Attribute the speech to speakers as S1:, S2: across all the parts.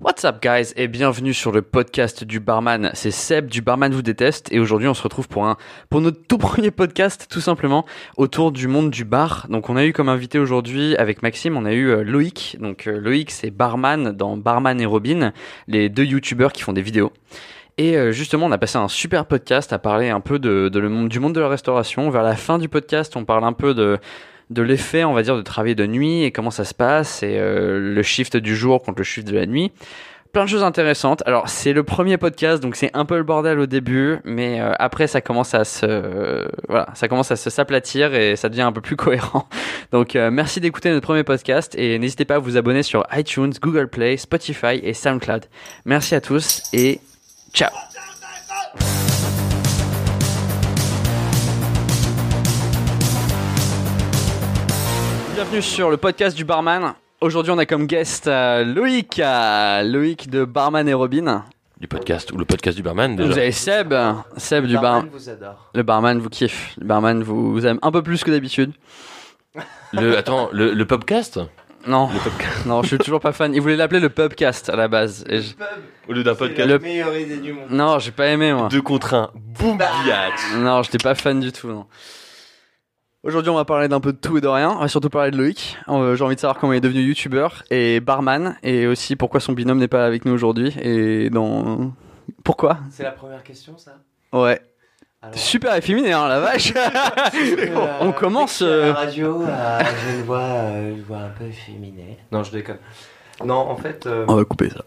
S1: What's up guys et bienvenue sur le podcast du barman. C'est Seb du barman vous déteste et aujourd'hui on se retrouve pour un pour notre tout premier podcast tout simplement autour du monde du bar. Donc on a eu comme invité aujourd'hui avec Maxime, on a eu euh, Loïc. Donc euh, Loïc c'est barman dans Barman et Robin, les deux youtubeurs qui font des vidéos. Et euh, justement, on a passé un super podcast à parler un peu de, de le monde, du monde de la restauration. Vers la fin du podcast, on parle un peu de, de l'effet, on va dire, de travailler de nuit et comment ça se passe et euh, le shift du jour contre le shift de la nuit. Plein de choses intéressantes. Alors, c'est le premier podcast, donc c'est un peu le bordel au début, mais euh, après, ça commence à se, euh, voilà, ça commence à se s'aplatir et ça devient un peu plus cohérent. Donc, euh, merci d'écouter notre premier podcast et n'hésitez pas à vous abonner sur iTunes, Google Play, Spotify et SoundCloud. Merci à tous et ciao. Bienvenue sur le podcast du barman. Aujourd'hui, on a comme guest euh, Loïc, euh, Loïc de Barman et Robin.
S2: du podcast ou le podcast du barman
S1: Vous
S2: déjà.
S1: avez Seb, Seb du bar.
S3: vous adore.
S1: Le barman vous kiffe. Le barman vous, vous aime un peu plus que d'habitude.
S2: Le, attends, le, le podcast
S1: Non, non, je suis toujours pas fan. Il voulait l'appeler le pubcast à la base. Et je-
S2: Au lieu d'un
S3: C'est
S2: podcast.
S1: Le- Hmm.
S3: la meilleure idée du monde.
S1: Non, j'ai pas aimé moi.
S2: Deux contre un. Boum,
S1: Bah.
S2: biatch.
S1: Non, j'étais pas fan du tout. non. Aujourd'hui, on va parler d'un peu de tout et de rien. On va surtout parler de Loïc. Euh, J'ai envie de savoir comment il est devenu youtubeur et barman, et aussi pourquoi son binôme n'est pas avec nous aujourd'hui et dans pourquoi.
S3: C'est la première question, ça
S1: Ouais.
S3: Alors,
S1: Super efféminé, hein, la vache.
S3: euh,
S1: on commence,
S3: dès qu'il y a
S1: euh,
S3: La radio, euh, j'ai une voix, euh, une voix un peu féminine. Non, je déconne. Non, en fait. euh,
S1: va couper ça.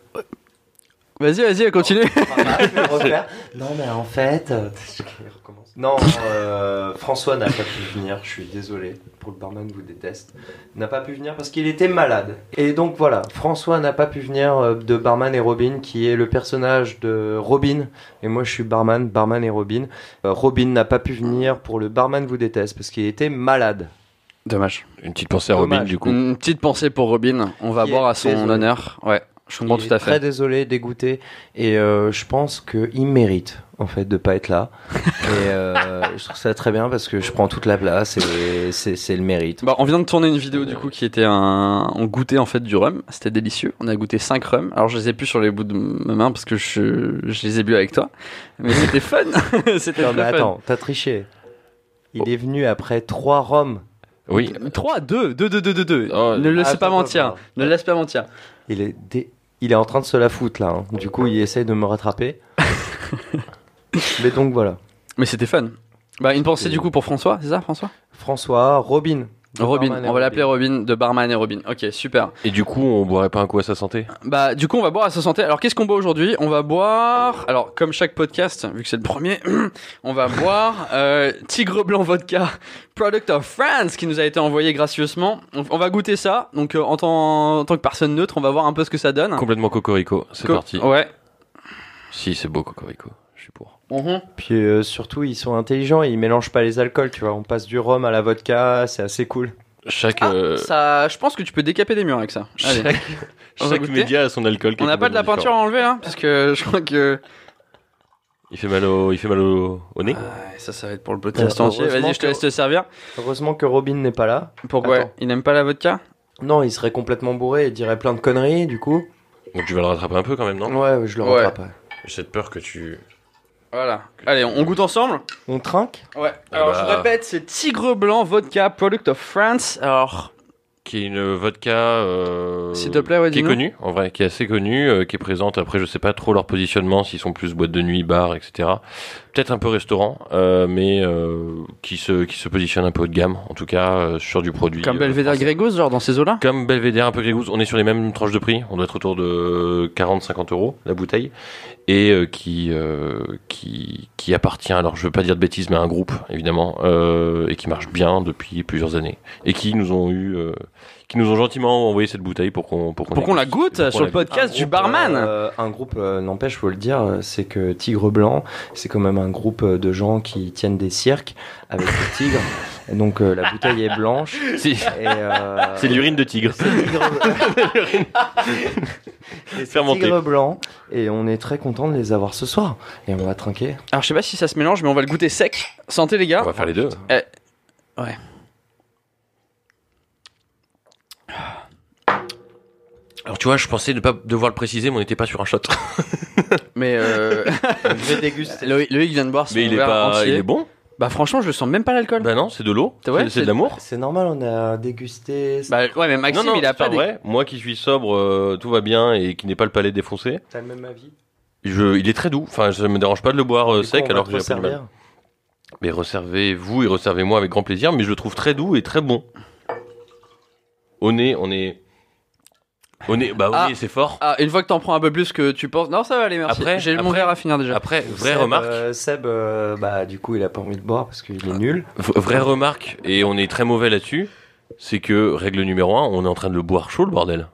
S1: Vas-y, vas-y, continue.
S3: on va pas, je vais le refaire. non, mais en fait. euh, je recommence. Non, euh, François n'a pas pu venir, je suis désolé. Pour le barman, vous déteste. N'a pas pu venir parce qu'il était malade. Et donc voilà, François n'a pas pu venir euh, de Barman et Robin, qui est le personnage de Robin. Et moi, je suis barman, Barman et Robin. Euh, Robin n'a pas pu venir pour le barman vous déteste parce qu'il était malade.
S1: Dommage.
S2: Une petite pensée à Robin
S3: Dommage.
S2: du coup.
S1: Une petite pensée pour Robin. On va
S3: Qui
S1: boire
S3: est
S1: à son
S3: désolé.
S1: honneur. Ouais, je comprends
S3: Il est
S1: tout à fait.
S3: Très désolé, dégoûté. Et euh, je pense qu'il mérite, en fait, de pas être là. et euh, je trouve ça très bien parce que je prends toute la place et c'est c'est le mérite.
S1: Bah, on vient de tourner une vidéo du coup qui était un. On goûtait en fait du rhum, c'était délicieux. On a goûté 5 rhums. Alors je les ai plus sur les bouts de ma main parce que je, je les ai bu avec toi. Mais c'était fun C'était
S3: Non,
S1: très
S3: mais
S1: fun.
S3: attends, t'as triché. Il est venu après trois roms.
S2: Oui.
S1: 3, 2, 2, 2, 2, 2, 2.
S2: Oh,
S1: ne laisse
S3: Ah, attends,
S1: pas mentir.
S3: attends.
S1: Ne laisse pas mentir.
S3: Il est, dé- il est en train de se la foutre là. hein. Du coup, il essaye de me rattraper. mais donc voilà.
S1: Mais c'était fun. Bah, une pensée
S3: C'était-
S1: du coup pour François, c'est ça François
S3: François, Robin. de
S1: Robin,
S3: Barman et
S1: on va l'appeler Robin de Barman et Robin. Ok, super.
S2: Et du coup, on boirait pas un coup à sa santé
S1: Bah, du coup, on va boire à sa santé. Alors, qu'est-ce qu'on boit aujourd'hui On va boire. Alors, comme chaque podcast, vu que c'est le premier, on va boire euh, Tigre Blanc Vodka, Product of France, qui nous a été envoyé gracieusement. On, on va goûter ça. Donc, euh, en, tant, en tant que personne neutre, on va voir un peu ce que ça donne.
S2: Complètement cocorico. C'est
S1: Co- oh.
S2: parti.
S1: Ouais.
S2: Si, c'est beau cocorico. Je suis pour.
S1: Mhm.
S3: Puis euh, surtout, ils sont intelligents et ils mélangent pas les alcools, tu vois. On passe du rhum à la vodka, c'est assez cool.
S2: Chaque,
S1: Ah,
S2: euh,
S1: ça, je pense que tu peux décaper des murs avec ça. Allez.
S2: chaque,
S1: On va
S2: chaque
S1: goûter.
S2: média a son alcool. qui
S1: On
S2: est
S1: n'a pas de la
S2: complètement
S1: peinture à enlever, hein, parce que je crois que
S2: différent. Il fait mal au, il fait mal au, au nez.
S1: ça, ça va être pour le podcast
S3: podcast
S1: entier.
S3: entier.
S1: Vas-y, je te
S3: que-
S1: laisse te servir.
S3: Heureusement que Robin n'est pas là.
S1: Pourquoi
S3: Attends.
S1: Il n'aime pas la vodka
S3: Non, il serait complètement bourré et dirait plein de conneries, du coup.
S2: Donc tu vas le rattraper un peu quand même, non
S3: Ouais, je le
S1: Ouais.
S3: rattrape. ouais.
S2: J'ai cette peur que tu.
S1: Voilà. Allez, on goûte ensemble.
S3: On trinque
S1: Ouais,
S2: Ah
S1: alors
S2: bah.
S1: je répète, c'est Tigre Blanc Vodka Product of France. Alors,
S2: Qui est une vodka. euh,
S1: S'il te plaît, ouais,
S2: Qui est
S1: dis-nous.
S2: connue, en vrai, qui est assez connue, euh, qui est présente. Après, je sais pas trop leur positionnement, s'ils sont plus boîte de nuit, bar, etc. Peut-être un peu restaurant, euh, mais euh, qui se qui se positionne un peu haut de gamme, en tout cas euh, sur du produit.
S1: comme
S2: euh,
S1: Belvedere
S2: français.
S1: Grégos, genre dans ces eaux-là
S2: Comme Belvedere, un peu Grégousse, on est sur les mêmes tranches de prix. On doit être autour de 40-50 euros la bouteille, et euh, qui euh, qui qui appartient. Alors, je veux pas dire de bêtises, mais à un groupe évidemment, euh, et qui marche bien depuis plusieurs années, et qui nous ont eu, euh, qui nous ont gentiment envoyé cette bouteille pour qu'on pour qu'on
S1: Pour qu'on la goûte
S2: pour qu'on
S1: sur le
S2: la goûte. Ah, bah.
S1: podcast
S3: Un
S1: du
S3: groupe,
S1: barman.
S3: euh, un groupe, euh, n'empêche, faut le dire, euh, c'est que Tigre Blanc, c'est quand même un groupe euh, de gens qui tiennent des cirques avec des tigres. Et Donc euh, la bouteille est blanche.
S2: Si.
S3: et, euh,
S2: C'est de l'urine de tigre.
S3: Et c'est
S2: Fermenté.
S3: Tigre Blanc. Et on est très content de les avoir ce soir. Et on va trinquer.
S1: Alors je sais pas si ça se mélange, mais on va le goûter sec. Santé les gars.
S2: On va faire les deux.
S1: Euh,
S2: Alors tu vois, je pensais ne pas devoir le préciser, mais on n'était pas sur un shot.
S1: Mais euh,
S3: Je vais déguster.
S1: Loïc, Loïc vient de boire son
S2: mais il est
S1: verre
S2: pas,
S1: entier.
S2: il est bon.
S1: Bah franchement, je sens même pas l'alcool.
S2: Bah non, c'est de l'eau.
S1: Ouais,
S2: c'est,
S1: c'est-
S2: c'est de l'amour.
S3: C'est normal, on a dégusté.
S1: Bah ouais, mais Maxime,
S2: non, non,
S1: il a
S2: c'est
S1: pas.
S2: pas
S1: des-
S2: vrai. Moi qui suis sobre, euh, tout va bien et qui n'ai pas le palais défoncé,
S3: T'as le même avis
S2: je, il est très doux. Enfin, ça me dérange pas de le boire euh,
S3: Du coup, on
S2: sec
S3: va
S2: alors
S3: te
S2: que j'ai un peu du mal.
S3: resservir.
S2: Mais resservez-vous et resservez-moi avec grand plaisir, mais je le trouve très doux et très bon. Au nez, on est. Au nez, bah au
S1: Ah.
S2: nez, c'est fort.
S1: Ah, une fois que t'en prends un peu plus que tu penses. Non, ça va aller, merci.
S2: Après-
S1: J'ai mon
S2: après-
S1: verre à finir déjà.
S2: Après, vraie
S3: Seb,
S2: remarque. Ah.
S3: euh, Seb, euh, bah du coup, il a pas envie de boire parce qu'il est nul.
S2: v- vraie remarque, et on est très mauvais là-dessus, c'est que, règle numéro un, on est en train de le boire chaud, le bordel.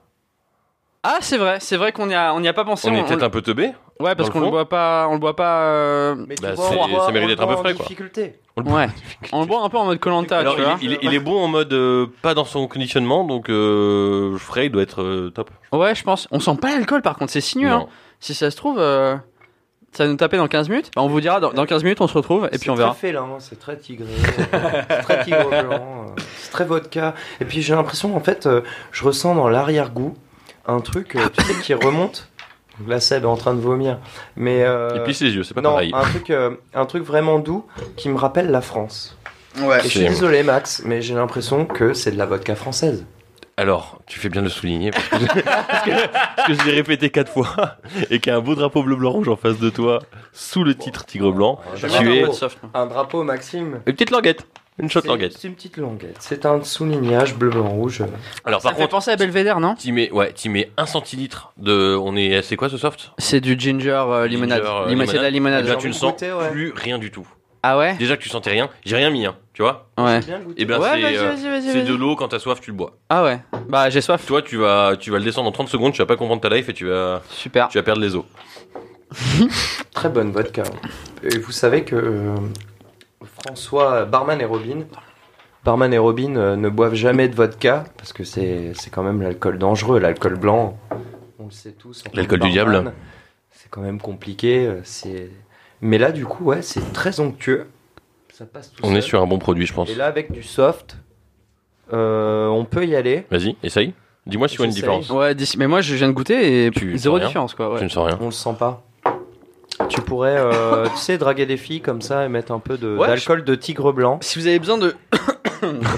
S1: Ah, c'est vrai, c'est vrai qu'on n'y a, on y a pas pensé.
S2: on, est
S1: on-
S2: peut-être un peu teubé.
S1: Ouais, parce
S2: le
S1: qu'on le
S2: fond.
S1: boit pas, on le boit pas. euh,
S3: Mais tu
S2: Bah,
S3: vois,
S2: c'est-
S3: on voit-
S2: ça
S3: on
S2: mérite d'être un
S3: voit
S2: peu
S3: en
S2: frais, quoi.
S3: difficulté.
S1: Ouais. On le boit un peu en mode Colanta,
S2: Alors,
S1: Ah, tu vois.
S2: il, il est- il est bon en mode euh, pas dans son conditionnement, donc euh, frais, il doit être euh, top.
S1: Ouais, je pense. On sent pas l'alcool par contre, c'est sinueux. hein.
S2: Non.
S1: Si ça se trouve, euh, ça va nous taper dans 15 minutes. Bah, on vous dira, dans, dans 15 minutes, on se retrouve et puis on verra.
S3: C'est très félin, hein, c'est très tigré, euh, c'est très tigre blanc, euh, c'est très vodka. Et puis j'ai l'impression, en fait, euh, je ressens dans l'arrière-goût un truc euh, tu sais, qui remonte. Donc Là, Seb est en train de vomir. Mais euh,
S2: Il plisse les yeux, c'est pas
S3: non,
S2: pareil.
S3: un truc, euh, un truc vraiment doux qui me rappelle la France. Et je suis
S2: C'est-
S3: désolé, Max, mais j'ai l'impression que c'est de la vodka française.
S2: Alors, tu fais bien de le souligner parce que, parce que- parce que je l'ai répété quatre fois et qu'il y a un beau drapeau bleu-blanc-rouge en face de toi sous le titre Tigre Blanc.
S3: Je
S2: Tu
S3: vais
S2: es
S3: voir.
S2: une
S3: Un drapeau, Maxime.
S2: petite languette, une shot
S3: C'est-
S2: languette.
S3: C'est une petite languette. C'est un soulignage bleu, blanc, rouge.
S2: Alors
S1: Ça
S2: par
S1: fait
S2: contre,
S1: penser à Belvédère, non
S2: tu mets, ouais, tu mets un centilitre de, on est, c'est quoi ce soft
S1: C'est du ginger euh, limonade.
S2: Ginger, euh,
S1: Limo- C'est de la
S2: Eh
S1: limonade.
S2: bien,
S3: j'ai
S2: tu ne
S3: envie de
S2: sens
S3: goûter, ouais.
S2: plus rien du tout.
S1: Ah ouais
S2: Déjà que tu sentais rien, j'ai rien mis, hein, tu vois.
S1: Ouais.
S3: Bien goûté.
S2: Et ben
S1: ouais,
S2: c'est,
S1: vas-y,
S2: euh,
S1: vas-y, vas-y.
S2: c'est
S1: vas-y.
S2: de l'eau quand t'as soif, tu le bois.
S1: Ah ouais. Bah, j'ai soif.
S2: Toi, tu vas, tu vas le descendre en 30 secondes, tu vas pas comprendre ta life et tu vas,
S1: Super.
S2: tu vas perdre les os.
S3: Très bonne vodka. Et vous savez que euh, François, Barman et Robin, Barman et Robin euh, ne boivent jamais de vodka parce que c'est c'est quand même l'alcool dangereux, l'alcool blanc. On le sait tous. en tant que
S2: L'alcool du
S3: barman,
S2: diable.
S3: C'est quand même compliqué. euh, C'est. Mais là, du coup, ouais, c'est très onctueux. Ça passe tout
S2: On
S3: seul.
S2: est sur un bon produit, je pense.
S3: Et là, avec du soft, euh, on peut y aller.
S2: Vas-y, essaye. Dis-moi si tu vois une
S3: J'essaye.
S2: différence.
S1: Ouais, d'ici- mais moi, je viens de goûter et
S2: Tu
S1: zéro
S2: sens rien
S1: différence, quoi. ouais.
S2: Tu ne sens rien.
S3: On le sent pas. Tu pourrais, euh, tu sais, draguer des filles comme ça et mettre un peu de-
S1: Ouais,
S3: d'alcool de tigre blanc,
S1: Si vous avez besoin de,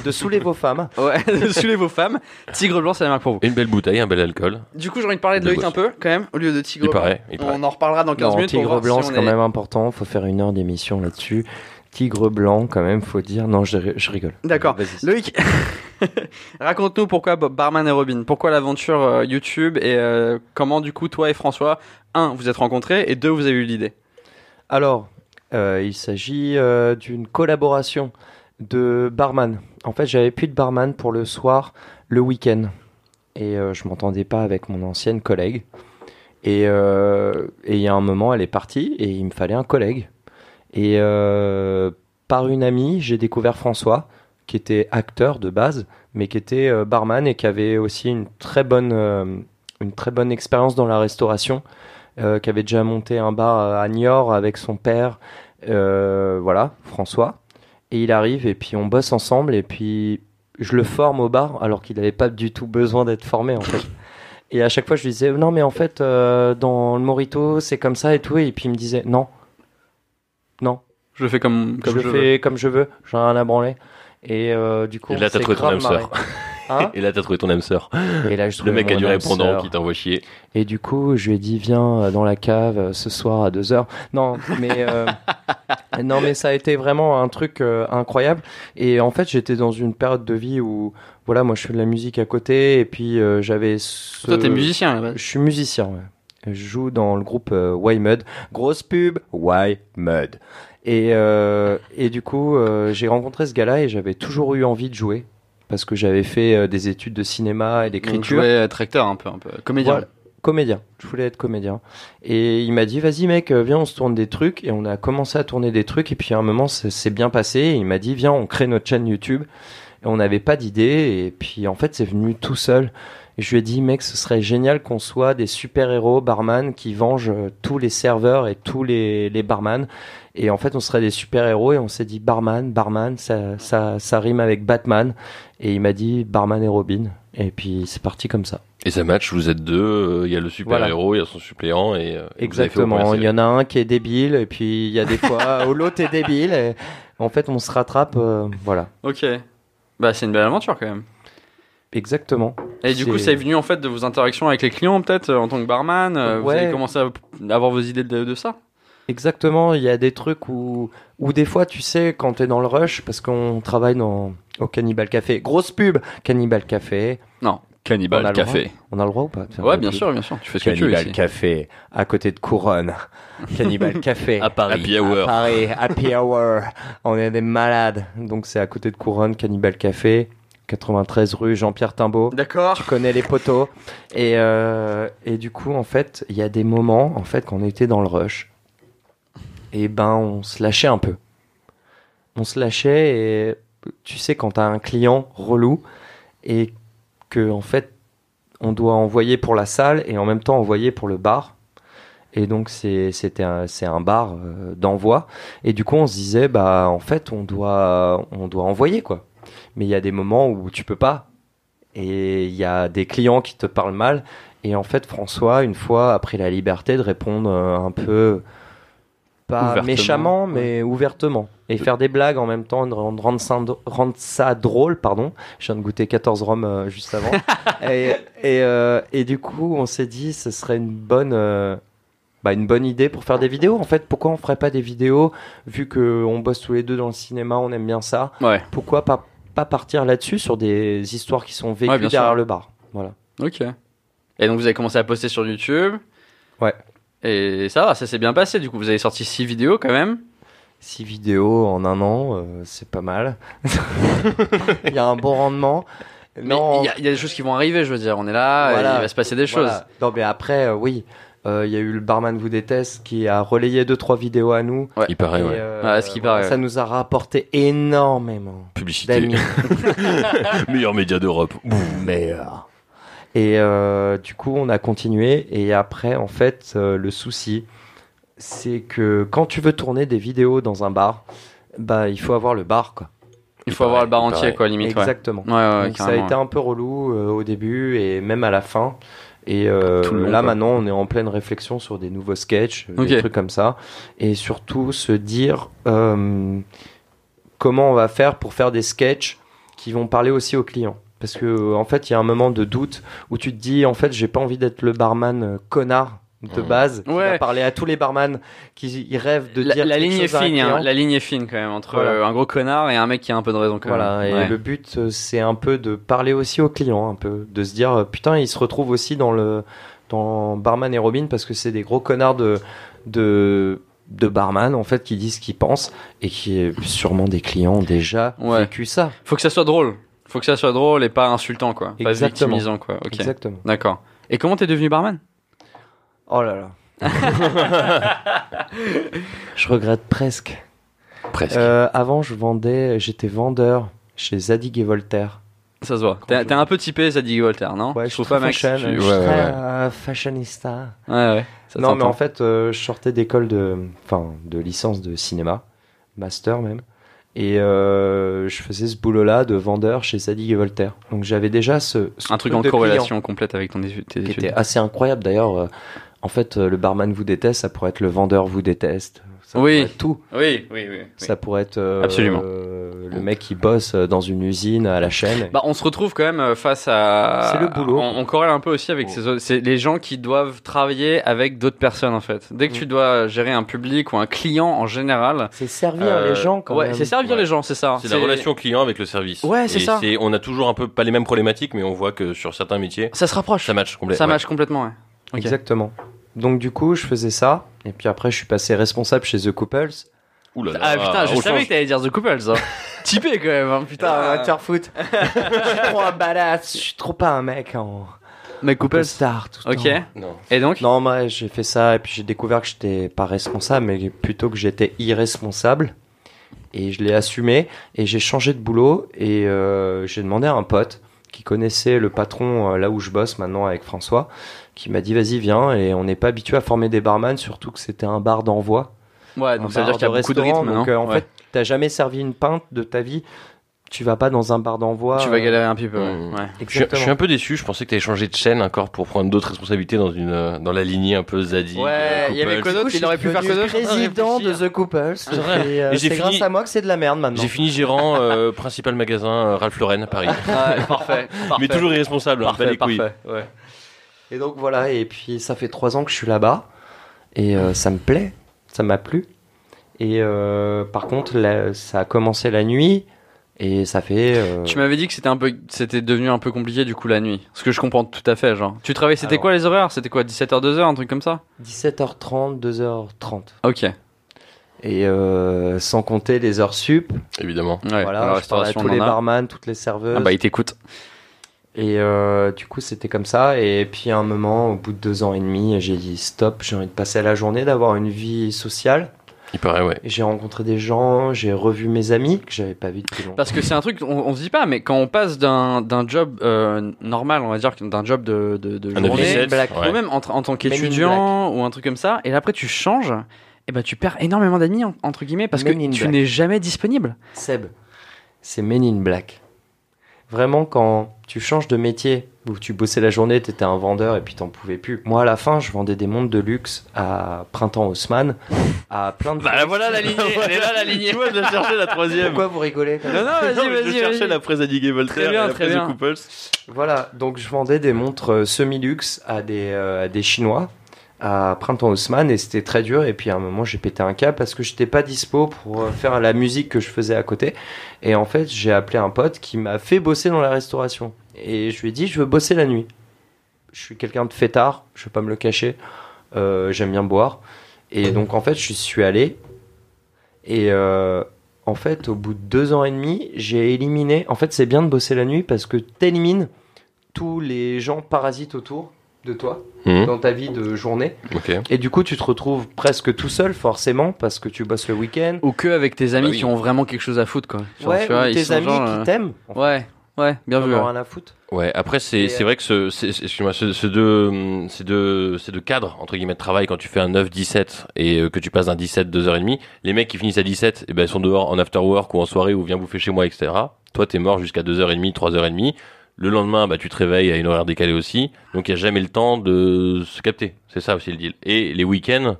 S3: de saouler vos femmes.
S1: ouais, de saouler vos femmes, Tigre Blanc, c'est la marque pour vous.
S2: Une belle bouteille, un bel alcool.
S1: Du coup, j'ai envie de parler de
S2: De
S1: Loïc
S2: boss.
S1: un peu, quand même, au lieu de Tigre
S2: Il
S1: Blanc.
S2: paraît, il paraît.
S1: On en reparlera dans 15
S3: Non,
S1: minutes. pour
S3: tigre
S1: voir
S3: blanc,
S1: si on
S3: c'est quand
S1: est-
S3: même important. Faut faire une heure d'émission là-dessus. Tigre blanc, quand même, faut dire. Non, je, je rigole.
S1: D'accord.
S3: Vas-y.
S1: Loïc, raconte-nous pourquoi Bob- Barman et Robin, pourquoi l'aventure euh, YouTube et euh, comment du coup toi et François, un, vous êtes rencontrés et deux, vous avez eu l'idée.
S3: Alors, euh, il s'agit euh, d'une collaboration de barman. En fait, j'avais plus de barman pour le soir, le week-end. Et euh, je m'entendais pas avec mon ancienne collègue. Et euh, et il y a un moment, elle est partie et il me fallait un collègue. Et euh, par une amie, j'ai découvert François, qui était acteur de base, mais qui était euh, barman et qui avait aussi une très bonne, euh, une très bonne expérience dans la restauration euh, qui avait déjà monté un bar euh, à Niort avec son père, euh, voilà, François. Et il arrive et puis on bosse ensemble et puis je le forme au bar alors qu'il n'avait pas du tout besoin d'être formé en fait. Et à chaque fois je lui disais non mais en fait euh, dans le Morito c'est comme ça et tout et puis il me disait non, non,
S1: Je fais comme, comme
S3: je,
S1: je,
S3: le
S1: veux.
S3: fais comme je veux, j'en ai rien à branler. Et euh, du coup,
S2: Et là,
S3: on
S2: t'as
S3: s'est
S2: trouvé ton
S3: grave
S2: âme sœur.
S3: marré. Hein
S2: Et là, t'as trouvé ton âme sœur.
S3: et là, je
S2: Le
S3: trouvais
S2: mec a
S3: mon
S2: du
S3: âme
S2: répondant
S3: sœur.
S2: qui t'envoie chier.
S3: Et du coup, je lui ai dit, viens euh, dans la cave euh, ce soir à 2h. Non, mais, euh, non, mais ça a été vraiment un truc euh, incroyable. Et en fait, j'étais dans une période de vie où, voilà, moi, je fais de la musique à côté. Et puis, euh, j'avais ce...
S1: Toi, t'es musicien là-bas.
S3: euh, Je suis musicien, ouais. Je joue dans le groupe euh, Y-Mud. Grosse pub, Y-Mud. Et, euh, et du coup, euh, j'ai rencontré ce gars-là et j'avais toujours eu envie de jouer. Parce que j'avais fait euh, des études de cinéma et
S1: Donc, je
S3: d'écriture
S1: voulais être acteur un peu, un peu comédien.
S3: Voilà. comédien. Je voulais être comédien. Et il m'a dit, vas-y mec, euh, viens, on se tourne des trucs. Et on a commencé à tourner des trucs. Et puis à un moment, ça s'est bien passé. Et il m'a dit, viens, on crée notre chaîne YouTube. Et on n'avait pas d'idée. Et puis en fait, c'est venu tout seul. Et je lui ai dit, mec, ce serait génial qu'on soit des super-héros barman qui vengent euh, tous les serveurs et tous les, les barman. Et en fait, on serait des super-héros et on s'est dit, barman, barman, ça, ça, ça rime avec Batman. Et il m'a dit, barman et Robin. Et puis c'est parti comme ça.
S2: Et ça match, vous êtes deux, euh, il y a le super-héros, il y a son suppléant et. euh, et vous avez fait vos
S3: Exactement.
S2: premières
S3: Il y en a un qui est débile et puis il y a des fois où l'autre est débile. Et en fait, on se rattrape. euh, voilà.
S1: Ok. Bah, c'est une belle aventure quand même.
S3: Exactement.
S1: Et du coup,
S3: C'est-
S1: c'est venu en fait de vos interactions avec les clients, peut-être, euh, en tant que barman. euh, Vous
S3: Ouais.
S1: avez commencé à p- avoir vos idées de, de ça.
S3: Exactement, il y a des trucs où, où des fois, tu sais, quand t'es dans le rush, parce qu'on travaille dans, au Cannibal Café, grosse pub, Cannibal Café, On a
S1: Cannibal
S3: le Café. on a le droit ou pas de faire
S1: Ouais,
S3: de
S1: bien
S3: pub
S1: sûr, bien sûr. Tu fais ce que tu veux.
S3: Cannibal
S1: ici.
S3: Café, à côté de Couronne. Cannibal Café.
S2: À Paris. Happy hour.
S3: À Paris, Happy Hour. On est des malades. Donc c'est à côté de Couronne, Cannibal Café, 93 rue Jean-Pierre Timbaud.
S1: D'accord.
S3: Tu connais les poteaux. Et, euh, et du coup, en fait, il y a des moments, en fait, qu'on était dans le rush. Et ben, on se lâchait un peu. On se lâchait et tu sais, quand t'as un client relou et que, en fait, on doit envoyer pour la salle et en même temps envoyer pour le bar. Et donc, c'est c'était un, c'est un bar euh, d'envoi. Et du coup, on se disait, bah, en fait, on doit, on doit envoyer, quoi. Mais il y a des moments où tu peux pas et il y a des clients qui te parlent mal. Et en fait, François, une fois, a pris la liberté de répondre euh, un peu, pas
S1: Ouvertement.
S3: méchamment, mais ouvertement. Et faire des blagues en même temps, de rendre, rendre ça, rendre ça drôle, pardon. Je viens de goûter 14 rhums euh, juste avant. et, et, euh, et du coup, on s'est dit, ce serait une bonne, euh, bah, une bonne idée pour faire des vidéos. En fait, pourquoi on ferait pas des vidéos, vu qu'on bosse tous les deux dans le cinéma, on aime bien ça
S1: Ouais.
S3: pourquoi pas, pas partir là-dessus sur des histoires qui sont vécues
S1: Ouais, bien sûr.
S3: derrière le bar voilà
S1: Ok. Et donc vous avez commencé à poster sur YouTube.
S3: Ouais.
S1: Et ça va, ça s'est bien passé. Du coup, vous avez sorti 6 vidéos quand même.
S3: six vidéos en un an euh, c'est pas mal il y a un bon rendement
S1: Mais il y a- il y, a des choses qui vont arriver, je veux dire. On est là,
S3: Voilà.
S1: et il va se passer des
S3: Voilà.
S1: choses.
S3: non mais après euh, oui Euh, il y a eu le barman vous déteste qui a relayé deux trois vidéos à nous
S1: Ouais.
S2: Il paraît,
S3: Et,
S2: ouais.
S3: euh,
S1: Ouais, ce qui paraît, ouais.
S3: ça nous a rapporté énormément
S2: Publicité.
S3: d'amis
S2: Meilleur média d'Europe.
S3: meilleur. Et euh, du coup, on a continué. Et après, en fait, euh, le souci, c'est que quand tu veux tourner des vidéos dans un bar, bah, il faut avoir le bar, quoi.
S1: Il
S2: Il
S1: faut avoir
S2: paraît,
S1: le bar
S2: il
S1: entier,
S2: paraît.
S1: quoi, limite. Ouais, ouais,
S3: Exactement.
S1: ouais, ouais,
S3: Donc, ça a
S1: carrément,
S3: été un peu relou euh, au début et même à la fin. Et euh,
S1: Tout le long,
S3: là,
S1: quoi.
S3: maintenant, on est en pleine réflexion sur des nouveaux sketchs, euh,
S1: Ok.
S3: des trucs comme ça. Et surtout, se dire euh, comment on va faire pour faire des sketchs qui vont parler aussi aux clients. Parce que euh, en fait, il y a un moment de doute où tu te dis, en fait, j'ai pas envie d'être le barman euh, connard de
S2: Mhm.
S3: base qui
S1: Mmh. Ouais.
S3: va parler à tous les barman qui ils rêvent de
S1: La,
S3: dire
S1: la
S3: quelque
S1: ligne est
S3: chose à un
S1: fine, hein,
S3: client.
S1: la ligne est fine quand même entre
S3: Voilà.
S1: euh, un gros connard et un mec qui a un peu de raison quand
S3: Voilà,
S1: même.
S3: et
S1: Ouais.
S3: le but euh, c'est un peu de parler aussi aux clients, un peu, de se dire euh, putain, ils se retrouvent aussi dans le dans Barman et Robin parce que c'est des gros connards de de de barman en fait qui disent ce qu'ils pensent et qui est sûrement des clients ont déjà
S1: Ouais.
S3: vécu ça.
S1: Faut que ça soit drôle. Faut que ça soit drôle et pas insultant quoi, pas
S3: Exactement.
S1: victimisant quoi. Ok.
S3: Exactement.
S1: D'accord. Et comment t'es devenu barman
S3: Oh là là. je regrette presque.
S2: Presque.
S3: Euh, avant, je vendais, j'étais vendeur chez Zadig et Voltaire.
S1: Ça se voit.
S3: Quand
S1: T'es
S3: je-
S1: t'es un peu typé, ça dit Walter, non
S3: Ouais,
S1: Je
S3: je suis
S1: trouve pas
S3: très
S1: Max.
S3: fashion,
S2: tu-
S3: je suis
S2: ouais, ouais,
S3: très,
S2: ouais.
S3: euh, fashionista.
S1: Ouais, ouais. Ça
S3: non, mais
S1: s'entend.
S3: en fait, euh, je sortais d'école de, enfin, de licence de cinéma, master même, et euh, je faisais ce boulot-là de vendeur chez Zadig et Voltaire. Donc j'avais déjà ce, ce
S1: un truc en
S3: de
S1: corrélation complète avec ton étu- tes
S3: client qui
S1: études.
S3: était assez incroyable d'ailleurs. euh, en fait, euh, le barman vous déteste, ça pourrait être le vendeur vous déteste. Ça
S1: Oui.
S3: pourrait être tout.
S1: Oui, oui, oui. oui.
S3: Ça pourrait être euh,
S1: Absolument.
S3: euh, le mec qui bosse euh, dans une usine à la chaîne.
S1: Bah, on se retrouve quand même euh, face à.
S3: C'est le boulot.
S1: On, on corrèle un peu aussi avec
S2: Oh.
S1: ces autres- c'est les gens qui doivent travailler avec d'autres personnes en fait. Dès que
S3: Mm.
S1: tu dois gérer un public ou un client en général.
S3: c'est servir
S1: euh,
S3: les gens quand
S1: ouais,
S3: même.
S1: c'est servir
S2: Ouais.
S1: les gens, c'est ça.
S3: Euh,
S2: C'est la relation client avec le service.
S1: Ouais, c'est
S2: Et
S1: ça.
S2: On a toujours un peu pas les mêmes problématiques, mais on voit que sur certains métiers,
S1: Ça se rapproche.
S2: ça match complètement.
S1: Ça match complètement. Ouais. Ok.
S3: Exactement. Donc du coup, je faisais ça, et puis après, je suis passé responsable chez The Couples.
S2: Ouh là là.
S1: Ah putain, je
S2: on
S1: savais
S2: change.
S1: que t'allais dire The Couples. hein. Typé quand même, hein, putain.
S3: Putain, Interfoot. je suis trop un badass. Je suis trop pas un mec en.
S1: Mais
S3: peu
S1: Couples.
S3: star tout le
S1: Ok.
S3: temps.
S2: Non.
S1: Et donc
S3: Non, moi, j'ai fait ça et puis j'ai découvert que j'étais pas responsable, mais plutôt que j'étais irresponsable. Et je l'ai assumé et j'ai changé de boulot et euh, j'ai demandé à un pote qui connaissait le patron euh, là où je bosse maintenant avec François, qui m'a dit vas-y viens et on n'est pas habitué à former des barman, surtout que c'était un bar d'envoi.
S1: Ouais,
S3: un
S1: Ah, donc ça veut dire
S3: bar
S1: qu'il y a beaucoup de
S3: restaurant,
S1: rythme.
S3: Donc
S1: non
S3: euh, en
S1: Ouais.
S3: fait, t'as jamais servi une pinte de ta vie, tu vas pas dans un bar d'envoi.
S1: tu vas
S3: euh,
S1: galérer un petit peu. ouais.
S2: Mmh.
S1: Ouais.
S2: Je, suis- je suis
S3: Exactement.
S2: un peu déçu, je pensais que tu changé de chaîne encore pour prendre d'autres responsabilités dans, une, euh, dans la lignée un peu Zadie.
S1: Ouais,
S2: euh,
S1: il y avait
S2: Couples.
S1: Kono. Il aurait pu faire que
S3: le
S1: d'autres,
S3: président de
S1: réfléchir.
S3: The Couples.
S2: vrai.
S3: Et, euh,
S2: Et j'ai
S3: c'est
S2: fini-
S3: grâce à moi que c'est de la merde maintenant.
S2: J'ai fini gérant, euh, principal magasin euh, Ralph Lauren à Paris.
S1: Ah, Ouais, parfait,
S2: Mais
S1: parfait,
S2: toujours irresponsable, hein, pas
S1: parfait,
S2: les couilles.
S1: parfait. ouais.
S3: Et donc voilà, et puis ça fait trois ans que je suis là-bas, et euh, ça me plaît, ça m'a plu. Et euh, par contre, là, ça a commencé la nuit, et ça fait... euh,
S1: Tu m'avais dit que c'était un peu, c'était devenu un peu compliqué du coup la nuit. Ce que je comprends tout à fait, genre. Tu travailles, c'était
S3: Alors.
S1: quoi les horaires C'était quoi 17h 2h, un truc comme ça
S3: 17h30, 2h30.
S1: OK. Ouais.
S3: Et euh, sans compter les heures sup,
S2: Évidemment.
S1: dans la
S3: voilà, je parle à
S1: restauration,
S3: tous
S1: on
S3: les
S1: en a.
S3: barman, toutes les serveuses.
S1: Ah bah ils t'écoutent.
S3: Et euh, du coup, c'était comme ça. Et puis à un moment, au bout de deux ans et demi, j'ai dit stop, j'ai envie de passer à la journée, d'avoir une vie sociale.
S2: Il paraît, ouais.
S3: Et J'ai rencontré des gens, j'ai revu mes amis que j'avais pas vus depuis longtemps.
S1: Parce que c'est un truc, on, on se dit pas, mais quand on passe d'un d'un job euh, normal, on va dire, d'un job de, de, de
S2: Un
S1: journée,
S2: 9-17,
S3: Black
S2: ouais.
S1: ou même en, en tant qu'étudiant
S3: Black.
S1: ou un truc comme ça, et après tu changes, et bah tu perds énormément d'amis en- entre guillemets parce
S3: Men in
S1: que tu
S3: Black.
S1: n'es jamais disponible.
S3: Seb, c'est Men in Black. Vraiment, quand tu changes de métier, où tu bossais la journée, t'étais un vendeur et puis t'en pouvais plus. Moi, à la fin, je vendais des montres de luxe à Printemps Haussmann, à plein de.
S1: Bah,
S2: voilà la lignée, elle est là la lignée. Tu vois, je la cherchais la troisième.
S3: Pourquoi vous rigolez comme ça
S1: Non, non, vas-y,
S2: Non, mais
S1: vas-y.
S2: je cherchais
S1: vas-y.
S2: la presse à Diggy Voltaire
S1: Très bien,
S2: et la
S1: très
S2: presse
S1: bien.
S2: de Couples.
S3: Voilà, donc je vendais des montres euh, semi-luxe à des, euh, à des Chinois à Printemps Haussmann et c'était très dur. Et puis à un moment, j'ai pété un câble parce que j'étais pas dispo pour euh, faire la musique que je faisais à côté. Et en fait, j'ai appelé un pote qui m'a fait bosser dans la restauration. Et je lui ai dit, je veux bosser la nuit. Je suis quelqu'un de fêtard, je vais pas me le cacher. Euh, J'aime bien boire. Et donc en fait, je suis allé. Et euh, en fait, au bout de deux ans et demi, j'ai éliminé. En fait, c'est bien de bosser la nuit parce que t'élimines tous les gens parasites autour de toi
S1: Mhm.
S3: dans ta vie de journée.
S2: Ok.
S3: Et du coup, tu te retrouves presque tout seul, forcément, parce que tu bosses le week-end.
S1: Ou que avec tes amis
S2: Bah oui.
S1: qui ont vraiment quelque chose à foutre quoi. Genre,
S3: ouais,
S1: tu vois,
S3: ou
S1: ils
S3: tes
S1: sont
S3: amis
S1: genre,
S3: qui
S1: euh,
S3: t'aiment.
S1: Ouais, ouais, bien
S3: Ils
S1: vu.
S3: en ont
S1: ouais.
S3: rien à foutre.
S2: Ouais, après, c'est
S3: Et,
S2: c'est vrai que ce, c'est- c'est- excuse-moi, ce, ce deux, hum, ces deux, ces deux cadres, entre guillemets, de travail, quand tu fais un 9-17 et euh, que tu passes d'un 17, 2h30, les mecs qui finissent à 17, eh ben, ils sont dehors en after work ou en soirée ou viens bouffer chez moi, etc. Toi, t'es mort jusqu'à 2h30, 3h30. Le lendemain, bah, tu te réveilles à une horaire décalée aussi. Donc, il n'y a jamais le temps de se capter. C'est ça aussi le deal. Et les week-ends,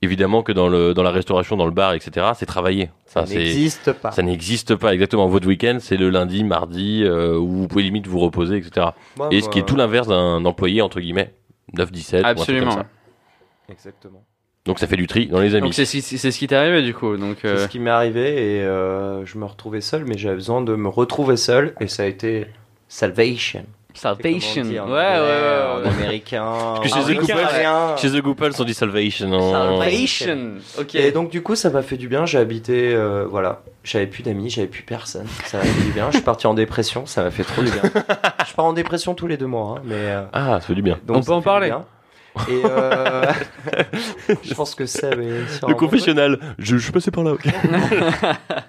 S2: évidemment que dans le, dans la restauration, dans le bar, etc., c'est travailler. Ça,
S3: Ça
S2: c'est,
S3: n'existe pas.
S2: Ah. ça n'existe pas exactement. Votre week-end, c'est le lundi, mardi, euh, où vous pouvez limite vous reposer, etc.
S3: Moi,
S2: Et ce
S3: moi,
S2: qui est tout l'inverse d'un employé, entre guillemets, 9-17. ou un truc
S1: Absolument.
S2: comme ça.
S3: Exactement.
S2: Donc ça fait du tri dans les amis.
S1: Donc c'est ce qui- c'est ce qui t'est arrivé du coup. Donc euh,
S3: C'est ce qui m'est arrivé et euh, je me retrouvais seul, mais j'avais besoin de me retrouver seul et ça a été salvation.
S1: salvation. Ouais,
S3: C'est comment on
S1: ouais,
S3: dit en
S1: ouais.
S3: anglais,
S1: ouais.
S3: En américain.
S2: que
S3: en
S2: chez The Couples,
S3: coréen.
S2: Chez The Goopal, on dit salvation. en-
S1: Salvation. Ok.
S3: Et donc du coup ça m'a fait du bien, j'ai habité, euh, voilà, j'avais plus d'amis, j'avais plus personne, ça m'a fait du bien, je suis parti en dépression, ça m'a fait trop du bien. Je pars en dépression tous les deux mois, hein, mais... euh,
S2: Ah, ça fait du bien.
S3: donc,
S1: On peut
S3: ça
S1: en
S3: fait du
S1: parler.
S3: bien. Et euh, je pense que Seb est sur un
S2: Le
S3: bon
S2: confessionnal. Je, je suis passé par là. ok.
S3: truc.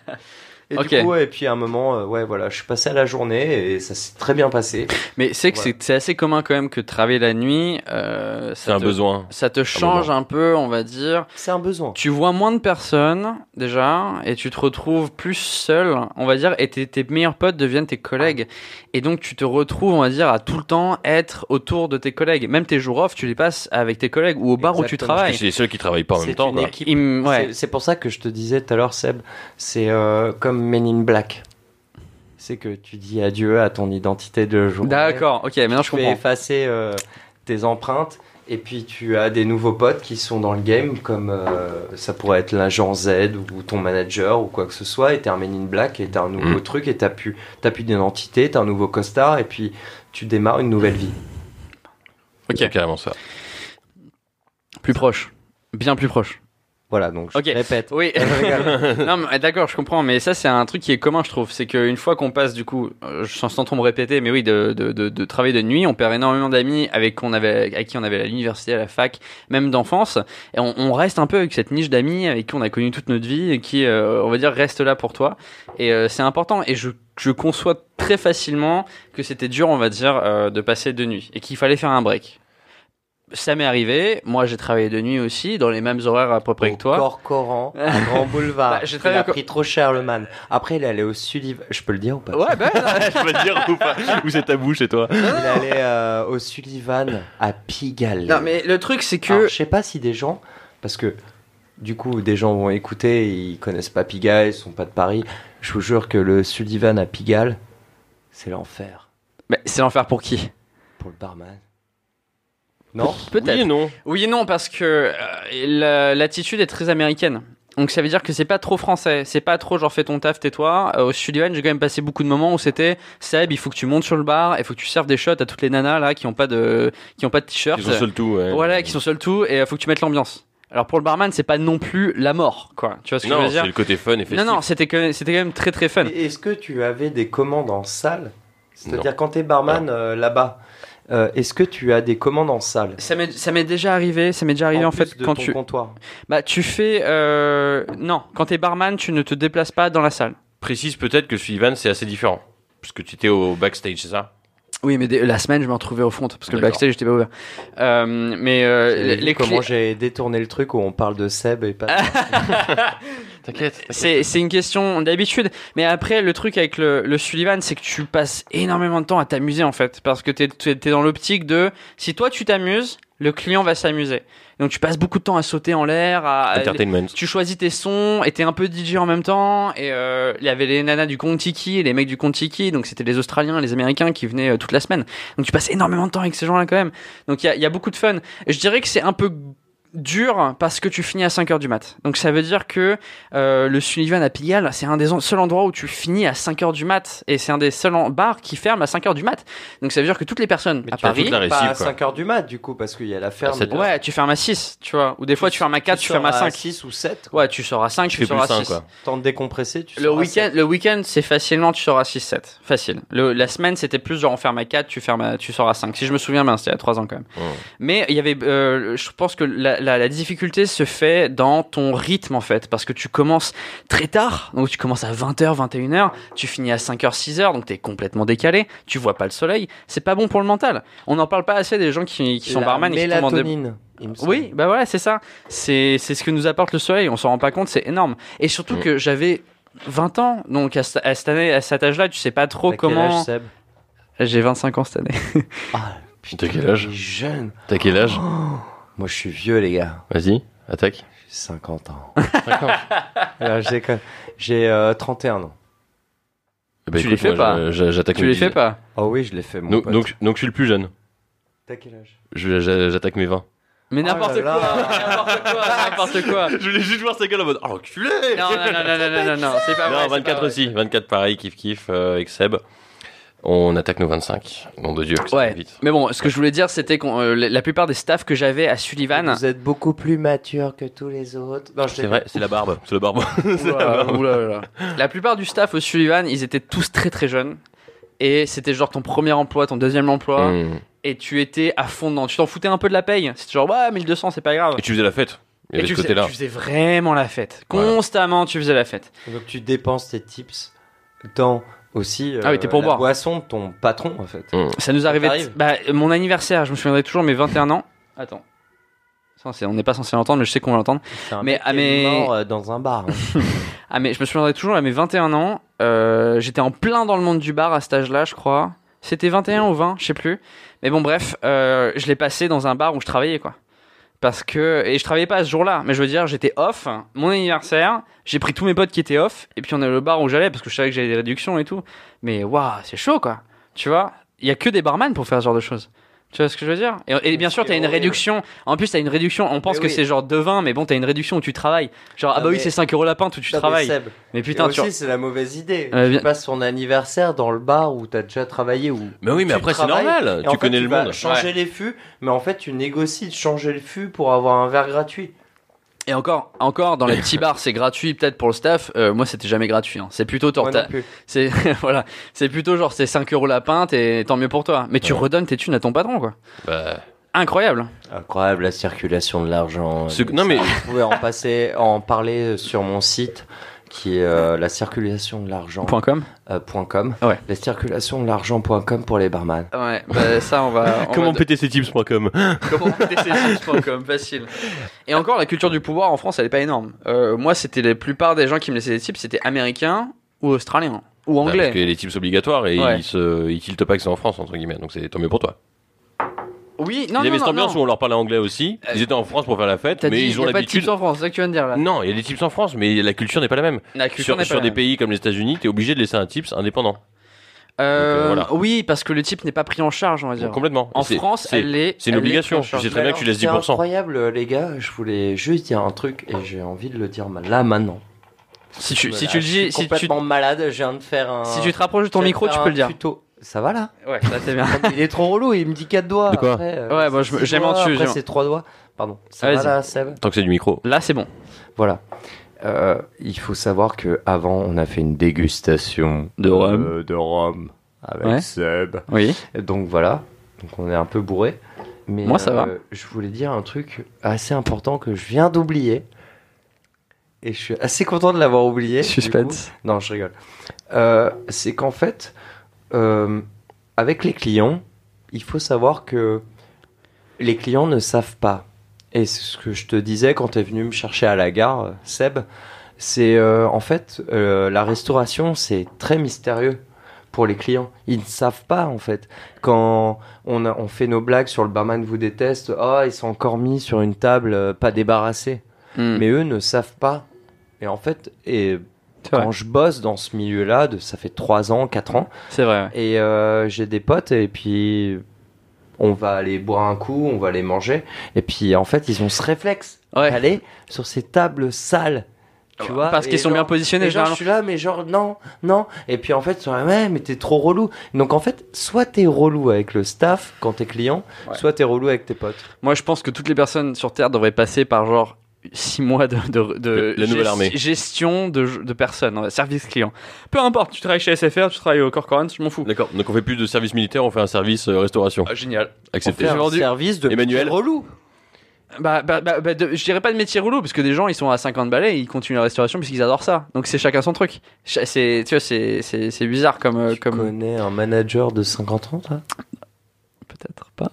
S3: Et
S1: Ok.
S3: du coup, ouais, et puis à un moment, euh, ouais, voilà, je suis passé à la journée et ça s'est très bien passé.
S1: Mais c'est que
S3: Voilà.
S1: c'est- c'est assez commun quand même que travailler la nuit, euh,
S2: C'est
S1: ça
S2: un
S1: te-
S2: besoin.
S1: Ça te change un peu, on va dire.
S3: C'est un besoin.
S1: Tu vois moins de personnes déjà, et tu te retrouves plus seul, on va dire, et tes, tes meilleurs potes deviennent tes collègues. Et donc tu te retrouves, on va dire, à tout le temps être autour de tes collègues. Même tes jours off, tu les passes avec tes collègues ou au bar où tu
S3: Exactement.
S2: Parce
S1: travailles.
S2: que c'est les seuls qui travaillent pas en
S3: C'est
S2: même temps.
S3: une
S2: Quoi.
S3: équipe.
S1: Il m- ouais.
S3: C'est- C'est pour ça que je te disais tout à l'heure, Seb, c'est euh, comme Men in Black. C'est que tu dis adieu à ton identité de jour.
S1: D'accord, ok, maintenant je
S3: Tu fais
S1: comprends.
S3: effacer euh, tes empreintes et puis tu as des nouveaux potes qui sont dans le game, comme euh, ça pourrait être l'agent Z ou ton manager ou quoi que ce soit, et t'es un Men in Black et t'as un
S1: Mm.
S3: nouveau truc et t'as plus, t'as plus d'identité, t'as un nouveau costard et puis tu démarres une nouvelle vie.
S1: Ok,
S2: C'est carrément ça.
S1: plus proche. Bien plus proche.
S3: Voilà, donc je
S1: Ok.
S3: répète.
S1: Oui.
S3: Je rigole.
S1: non, mais eh, d'accord, je comprends, mais ça, c'est un truc qui est commun, je trouve. C'est qu'une fois qu'on passe, du coup, euh, sans, sans trop me répéter, mais oui, de, de, de, de travail de nuit, on perd énormément d'amis avec qu'on avait, à qui on avait à l'université, à la fac, même d'enfance. Et on, on reste un peu avec cette niche d'amis avec qui on a connu toute notre vie et qui, euh, on va dire, reste là pour toi. Et euh, c'est important. Et je, je conçois très facilement que c'était dur, on va dire, euh, de passer de nuit et qu'il fallait faire un break. Ça m'est arrivé. Moi, j'ai travaillé de nuit aussi, dans les mêmes horaires à peu près que
S3: Au
S1: toi.
S3: Corps Coran, à Grand Boulevard.
S1: Bah, j'ai
S3: il
S1: travaillé
S3: a
S1: au cor-
S3: pris trop cher le man. Après, il est allé au Sullivan. Je peux le dire ou pas
S1: Ouais, ben,
S2: je peux te dire ou pas Où c'est tabou chez toi
S3: Il est allé euh, au Sullivan à Pigalle.
S1: Non, mais le truc, c'est que.
S3: Alors, je sais pas si des gens, parce que du coup, des gens vont écouter, ils connaissent pas Pigalle, ils sont pas de Paris. Je vous jure que le Sullivan à Pigalle, c'est l'enfer
S1: Mais c'est l'enfer pour qui
S3: pour le barman. Non
S1: Peut-être.
S2: Oui et
S1: Oui, et
S2: non.
S1: non, parce que euh, la- l'attitude est très américaine. Donc ça veut dire que c'est pas trop français, c'est pas trop genre fais ton taf, tais-toi. Euh, au Sullivan, j'ai quand même passé beaucoup de moments où c'était Seb, il faut que tu montes sur le bar, il faut que tu serves des shots à toutes les nanas là qui ont pas de qui ont pas de t-shirt.
S2: Ils sont seuls tout. ouais.
S1: Voilà, qui sont seuls tout et euh, faut que tu mettes l'ambiance. Alors pour le barman, c'est pas non plus la mort quoi. Tu vois ce que je
S2: Non,
S1: veux
S2: c'est
S1: dire
S2: le côté fun et festif.
S1: Non non, c'était quand même- c'était quand même très très fun.
S3: Et Est-ce que tu avais des commandes en salle C'est-à-dire quand t'es barman euh, là-bas, euh, est-ce que tu as des commandes en salle
S1: Ça m'est ça m'est déjà arrivé, ça m'est déjà arrivé en,
S3: plus
S1: fait
S3: de
S1: quand
S3: ton
S1: tu
S3: comptoir.
S1: Bah tu fais euh... non quand t'es barman tu ne te déplaces pas dans la salle.
S2: Précise peut-être que le Sullivan, c'est assez différent. Parce que tu étais au backstage, c'est ça
S1: Oui mais des- la semaine je me retrouvais au front parce que le
S2: D'accord.
S1: backstage j'étais pas ouvert. Euh, mais euh,
S3: J'ai
S1: les,
S3: vu
S1: les
S3: comment
S1: clés- Ah,
S3: j'ai détourné le truc où on parle de Seb et pas.
S2: T'inquiète.
S1: c'est c'est une question d'habitude. Mais après le truc avec le, le Sullivan c'est que tu passes énormément de temps à t'amuser en fait parce que t'es t'es t'es dans l'optique de si toi tu t'amuses le client va s'amuser. Donc tu passes beaucoup de temps à sauter en l'air à,
S2: euh,
S1: à-
S2: Entertainment.
S1: Tu choisis tes sons, et t'es un peu DJ en même temps, et euh, il y avait les nanas du Contiki et les mecs du Contiki, donc c'était les Australiens, les Américains qui venaient euh, toute la semaine. Donc tu passes énormément de temps avec ces gens-là quand même. Donc il y a, il y a beaucoup de fun. Et je dirais que c'est un peu dur parce que tu finis à 5h du mat. Donc ça veut dire que euh, le Sullivan à Pigalle, c'est un des en- seuls endroits où tu finis à 5h du mat, et c'est un des seuls en- bars qui ferme à 5h du mat. Donc ça veut dire que toutes les personnes
S2: Mais
S1: à
S2: tu as
S1: Paris...
S2: toute la
S3: Pas à
S2: récive, quoi.
S3: 5h du mat du coup, parce qu'il y a
S1: Ah,
S3: la ferme.
S2: sept heures.
S1: Ouais, tu fermes à 6, tu vois. Ou des fois tu, fermes à 4, tu, fermes à 5.
S3: 6 ou 7.
S1: Ouais, tu sors à 5, tu,
S2: Tu fais
S1: sors
S2: plus
S1: à
S2: 5,
S1: 6.
S2: quoi.
S3: Temps de décompresser, tu
S1: Le
S3: sors à
S1: week-end,
S3: sept.
S1: le week-end, c'est facilement, tu sors à 6-7. Facile. Le, la semaine, c'était plus genre on ferme à 4, tu, fermes à- tu sors à 5. Si je me souviens bien, c'était à 3 ans quand même.
S2: Ouais.
S1: Mais il y avait, euh, je pense que la, la, la difficulté se fait dans ton rythme en fait. Parce que tu commences très tard. Donc tu commences à 20h, 21h. Tu finis à 5h, 6h. Donc t'es complètement décalé. Tu vois pas le soleil. C'est pas bon pour le mental. On n'en parle pas assez des gens qui, qui sont
S3: La
S1: barman et qui tombent en dé-
S3: mélatonine, il me semble.
S1: oui, bah voilà, c'est ça. C'est c'est ce que nous apporte le soleil. On s'en rend pas compte, c'est énorme. Et surtout
S2: Mm.
S1: que j'avais 20 ans, donc à, ce- à cette année, à cet âge-là, tu sais pas
S3: T'as
S1: trop
S3: quel
S1: oh, comment.
S3: âge, Seb
S1: J'ai 25 ans cette année.
S3: Ah,
S2: T'as quel âge
S3: il est jeune.
S2: T'as quel âge
S3: Moi, je suis vieux, les gars.
S2: Vas-y, attaque.
S3: J'ai 50 ans. Alors, je déconne. J'ai euh, 31 ans.
S2: Bah,
S1: Tu
S2: écoute,
S1: les fais
S2: moi,
S1: pas.
S2: je- je- J'attaque
S1: Tu
S2: mes
S1: les
S2: dix-
S1: fais pas
S3: Oh oui, je l'ai fait, mon
S2: Donc,
S3: pote.
S2: donc, donc je suis le plus jeune.
S3: T'as quel âge
S2: Je- je- J'attaque mes 20.
S1: Mais
S3: Oh
S1: n'importe
S3: là
S1: quoi,
S3: là.
S1: n'importe quoi, n'importe quoi.
S2: Ah, Je voulais juste voir sa gueule en mode Oh, enculé
S1: Non, non, non, non, non, non, non, non, c'est pas
S2: Non,
S1: vrai. c'est
S2: 24
S1: pas vrai.
S2: aussi. 24 pareil, kiff kiff euh, avec Seb. On attaque nos 25. Nom de Dieu, que ça
S1: Ouais.
S2: va vite.
S1: Mais bon, ce que je voulais dire, c'était que la la plupart des staffs que j'avais à Sullivan.
S3: Vous êtes beaucoup plus mature que tous les autres. Non, je
S2: C'est
S3: déconne.
S2: vrai, c'est la barbe. C'est la barbe. C'est la
S1: Ouah,
S2: barbe.
S1: oulala. La plupart du staff au Sullivan, ils étaient tous très très jeunes. Et c'était genre ton premier emploi, ton deuxième emploi.
S2: Mm.
S1: et tu étais à fond dedans. Tu t'en foutais un peu de la paye. C'était genre, ouais, 1200, c'est pas grave.
S2: Et tu faisais la fête. Il y
S1: Et
S2: avait
S1: tu
S2: ce
S1: faisais,
S2: côté-là.
S1: tu faisais vraiment la fête.
S2: Voilà.
S1: Constamment, tu faisais la fête.
S3: Donc, tu dépenses tes tips dans aussi euh,
S1: Ah oui, t'es pour
S3: la
S1: boire.
S3: boisson de ton patron, en fait.
S1: Ça nous arrivait.
S3: t'arrive
S1: bah, euh, mon anniversaire, je me souviendrai toujours, mes 21 ans. Attends. Ça, c'est- on n'est pas censé l'entendre, mais je sais qu'on va l'entendre.
S3: C'est un
S1: Mais-
S3: mec
S1: ah,
S3: qui est
S1: mais-
S3: mort, euh, dans un bar. hein.
S1: Ah, mais je me souviendrai toujours, à mes 21 ans, euh, j'étais en plein dans le monde du bar à cet âge-là, je crois. C'était 21 ou 20, je sais plus. Mais bon, bref, euh, je l'ai passé dans un bar où je travaillais, quoi. Parce que. Et je travaillais pas ce jour-là, mais je veux dire, j'étais off, mon anniversaire, j'ai pris tous mes potes qui étaient off, et puis on est le bar où j'allais, parce que je savais que j'avais des réductions et tout. Mais waouh, c'est chaud, quoi. Tu vois, il y a que des barman pour faire ce genre de choses. Tu vois ce que je veux dire et, et bien sûr, t'as une
S3: horrible.
S1: réduction. En plus, t'as une réduction. On pense
S3: Mais
S1: que
S3: oui.
S1: c'est genre 2,20 mais bon, t'as une réduction où tu travailles. Genre, ah
S3: Non,
S1: bah oui,
S3: mais-
S1: c'est 5 euros la pinte où tu
S3: Non, mais
S1: travailles.
S3: Seb,
S1: Mais
S3: Et
S1: putain, tu
S3: aussi, c'est la mauvaise idée.
S2: Euh,
S1: Ouais,
S3: tu
S1: bien-
S3: passes ton anniversaire dans le bar où t'as déjà travaillé ou.
S2: Mais oui, mais
S3: tu
S2: après, c'est
S3: travailles,
S2: normal.
S3: et en
S2: Tu
S3: fait,
S2: connais le
S3: vas
S2: monde.
S3: Changer les fûts, mais en fait, tu négocies de changer le fût pour avoir un verre gratuit.
S1: Et encore, encore dans les petits bars, c'est gratuit peut-être pour le staff. Euh, moi, c'était jamais gratuit. hein. C'est
S4: Moi
S1: plutôt tort.
S4: non plus.
S1: C'est voilà, c'est plutôt genre c'est 5 euros la pinte et tant mieux pour toi. Mais tu
S3: Ouais.
S1: redonnes tes thunes à ton patron quoi.
S2: Bah,
S1: Incroyable.
S3: Incroyable la circulation de l'argent.
S2: Ce- non, mais-
S3: vous pouvez en passer, en parler sur mon site qui est euh, la circulation de l'argent
S1: Point com.
S3: euh, point com.
S2: Ah
S1: Ouais.
S3: La circulation de l'argent point com pour les barman.
S1: Ouais, bah ça on va. on
S2: comment
S1: va-
S2: péter ces tips.com
S1: comment péter ses chips, point com, facile. Et encore la culture du pouvoir en France elle est pas énorme. Euh, moi c'était la plupart des gens qui me laissaient des tips c'était américains ou australiens ou
S2: Bah, Parce
S1: anglais.
S2: qu'il y a les tips obligatoires et
S1: Ouais.
S2: ils, se, ils tiltent pas que c'est en France, entre guillemets. Donc c'est tant mieux pour toi.
S1: Oui, non
S2: il y avait
S1: non
S2: cette
S1: non. non.
S2: ambiance
S1: Euh,
S2: où on leur parlait anglais aussi. Ils étaient en France pour faire la fête,
S1: T'as
S2: mais
S1: dit
S2: ils
S1: il
S2: ont
S1: y a pas de tips
S2: l'habitude.
S1: en France, c'est ça que tu viens de dire là.
S2: Non, il y a des tips en France, mais la culture n'est pas la même.
S1: La culture
S2: sur
S1: n'est pas
S2: sur
S1: la
S2: des
S1: même.
S2: pays comme les États-Unis, t'es obligé de laisser un tips indépendant.
S1: Euh,
S2: Donc, euh, voilà.
S1: Oui, parce que le type n'est pas pris en charge on va dire.
S2: Donc, complètement.
S1: En
S2: C'est-
S1: France,
S2: c'est-
S1: elle est.
S2: c'est une
S1: elle est
S2: obligation.
S1: prise en charge.
S2: Tu sais très bien que tu laisses
S3: C'est
S2: 10%.
S3: incroyable euh, les gars, je voulais juste dire un truc et j'ai envie de le dire ma- là maintenant.
S1: Si tu, si
S3: Voilà,
S1: tu le
S3: je suis
S1: dis, si tu,
S3: complètement malade, je viens de faire un.
S1: si tu te rapproches de ton
S3: je viens de
S1: micro,
S3: faire
S1: tu peux
S3: un
S1: le dire.
S3: tuto. Ça va là
S1: Ouais, là c'est bien.
S3: Il est trop relou, il me dit quatre doigts.
S2: De quoi
S3: après, euh,
S1: Ouais, moi,
S3: c'est
S1: je-
S3: six
S1: j'ai
S3: doigts,
S1: menti, j'ai
S3: Après
S1: menti.
S3: c'est trois doigts. Pardon. Ça
S1: Vas-y.
S3: va là, Seb
S2: Tant que c'est du micro.
S1: Là c'est bon.
S3: Voilà. Euh, il faut savoir que avant on a fait une dégustation
S1: De rhum.
S3: euh, de rhum avec
S1: Ouais.
S3: Seb.
S1: Oui.
S3: Et Donc voilà. Donc on est un peu bourré. Mais euh,
S1: Moi, ça va.
S3: Je voulais dire un truc assez important que je viens d'oublier. Et je suis assez content de l'avoir oublié. du coup. Non, je rigole. Euh, c'est qu'en fait, euh, avec les clients, il faut savoir que les clients ne savent pas. Et c'est ce que je te disais quand tu es venu me chercher à la gare, euh, Seb, c'est euh, en fait euh, la restauration, c'est très mystérieux pour les clients. Ils ne savent pas en fait. Quand on, a- on fait nos blagues sur le barman vous déteste, ah ils sont encore mis sur une table euh, pas débarrassée.
S1: Hmm.
S3: Mais eux ne savent pas. Et en fait, et
S1: C'est vrai.
S3: quand je bosse dans ce milieu-là, de- ça fait 3 ans, 4 ans,
S1: C'est vrai. ouais.
S3: et euh, j'ai des potes, et puis on va aller boire un coup, on va aller manger, et puis en fait, ils ont ce réflexe
S1: Ouais. Ah bah.
S3: d'aller sur ces tables sales. Tu vois,
S1: Parce
S3: et
S1: qu'ils sont
S3: genre-
S1: bien positionnés
S3: et genre,
S1: généralement.
S3: je suis là, mais genre, non, non. Et puis en fait, ils sont là, ouais, mais t'es trop relou. Donc en fait, soit t'es relou avec le staff quand t'es client,
S1: Ouais.
S3: soit t'es relou avec tes potes.
S1: Moi je pense que toutes les personnes sur Terre devraient passer par genre 6 mois de, de, de
S2: La nouvelle
S1: gest-
S2: armée.
S1: gestion de, de personnes, ouais, service client. Peu importe, tu travailles chez SFR, tu travailles au Corcoran, je m'en fous.
S2: D'accord. Donc on fait plus de service militaire, on fait un service euh, restauration.
S1: Ah, génial.
S2: Accepté.
S1: fait un- vendu-
S3: service de
S2: Emmanuel.
S3: relou.
S1: Bah, bah, bah, bah, de- je dirais pas de métier rouleau parce que des gens ils sont à 50 balais et ils continuent la restauration puisqu'ils adorent ça. Donc c'est chacun son truc. Ch- C'est tu vois c'est c'est c'est bizarre comme euh,
S3: tu
S1: comme
S3: connais un manager de 50 ans, toi
S1: Peut-être pas.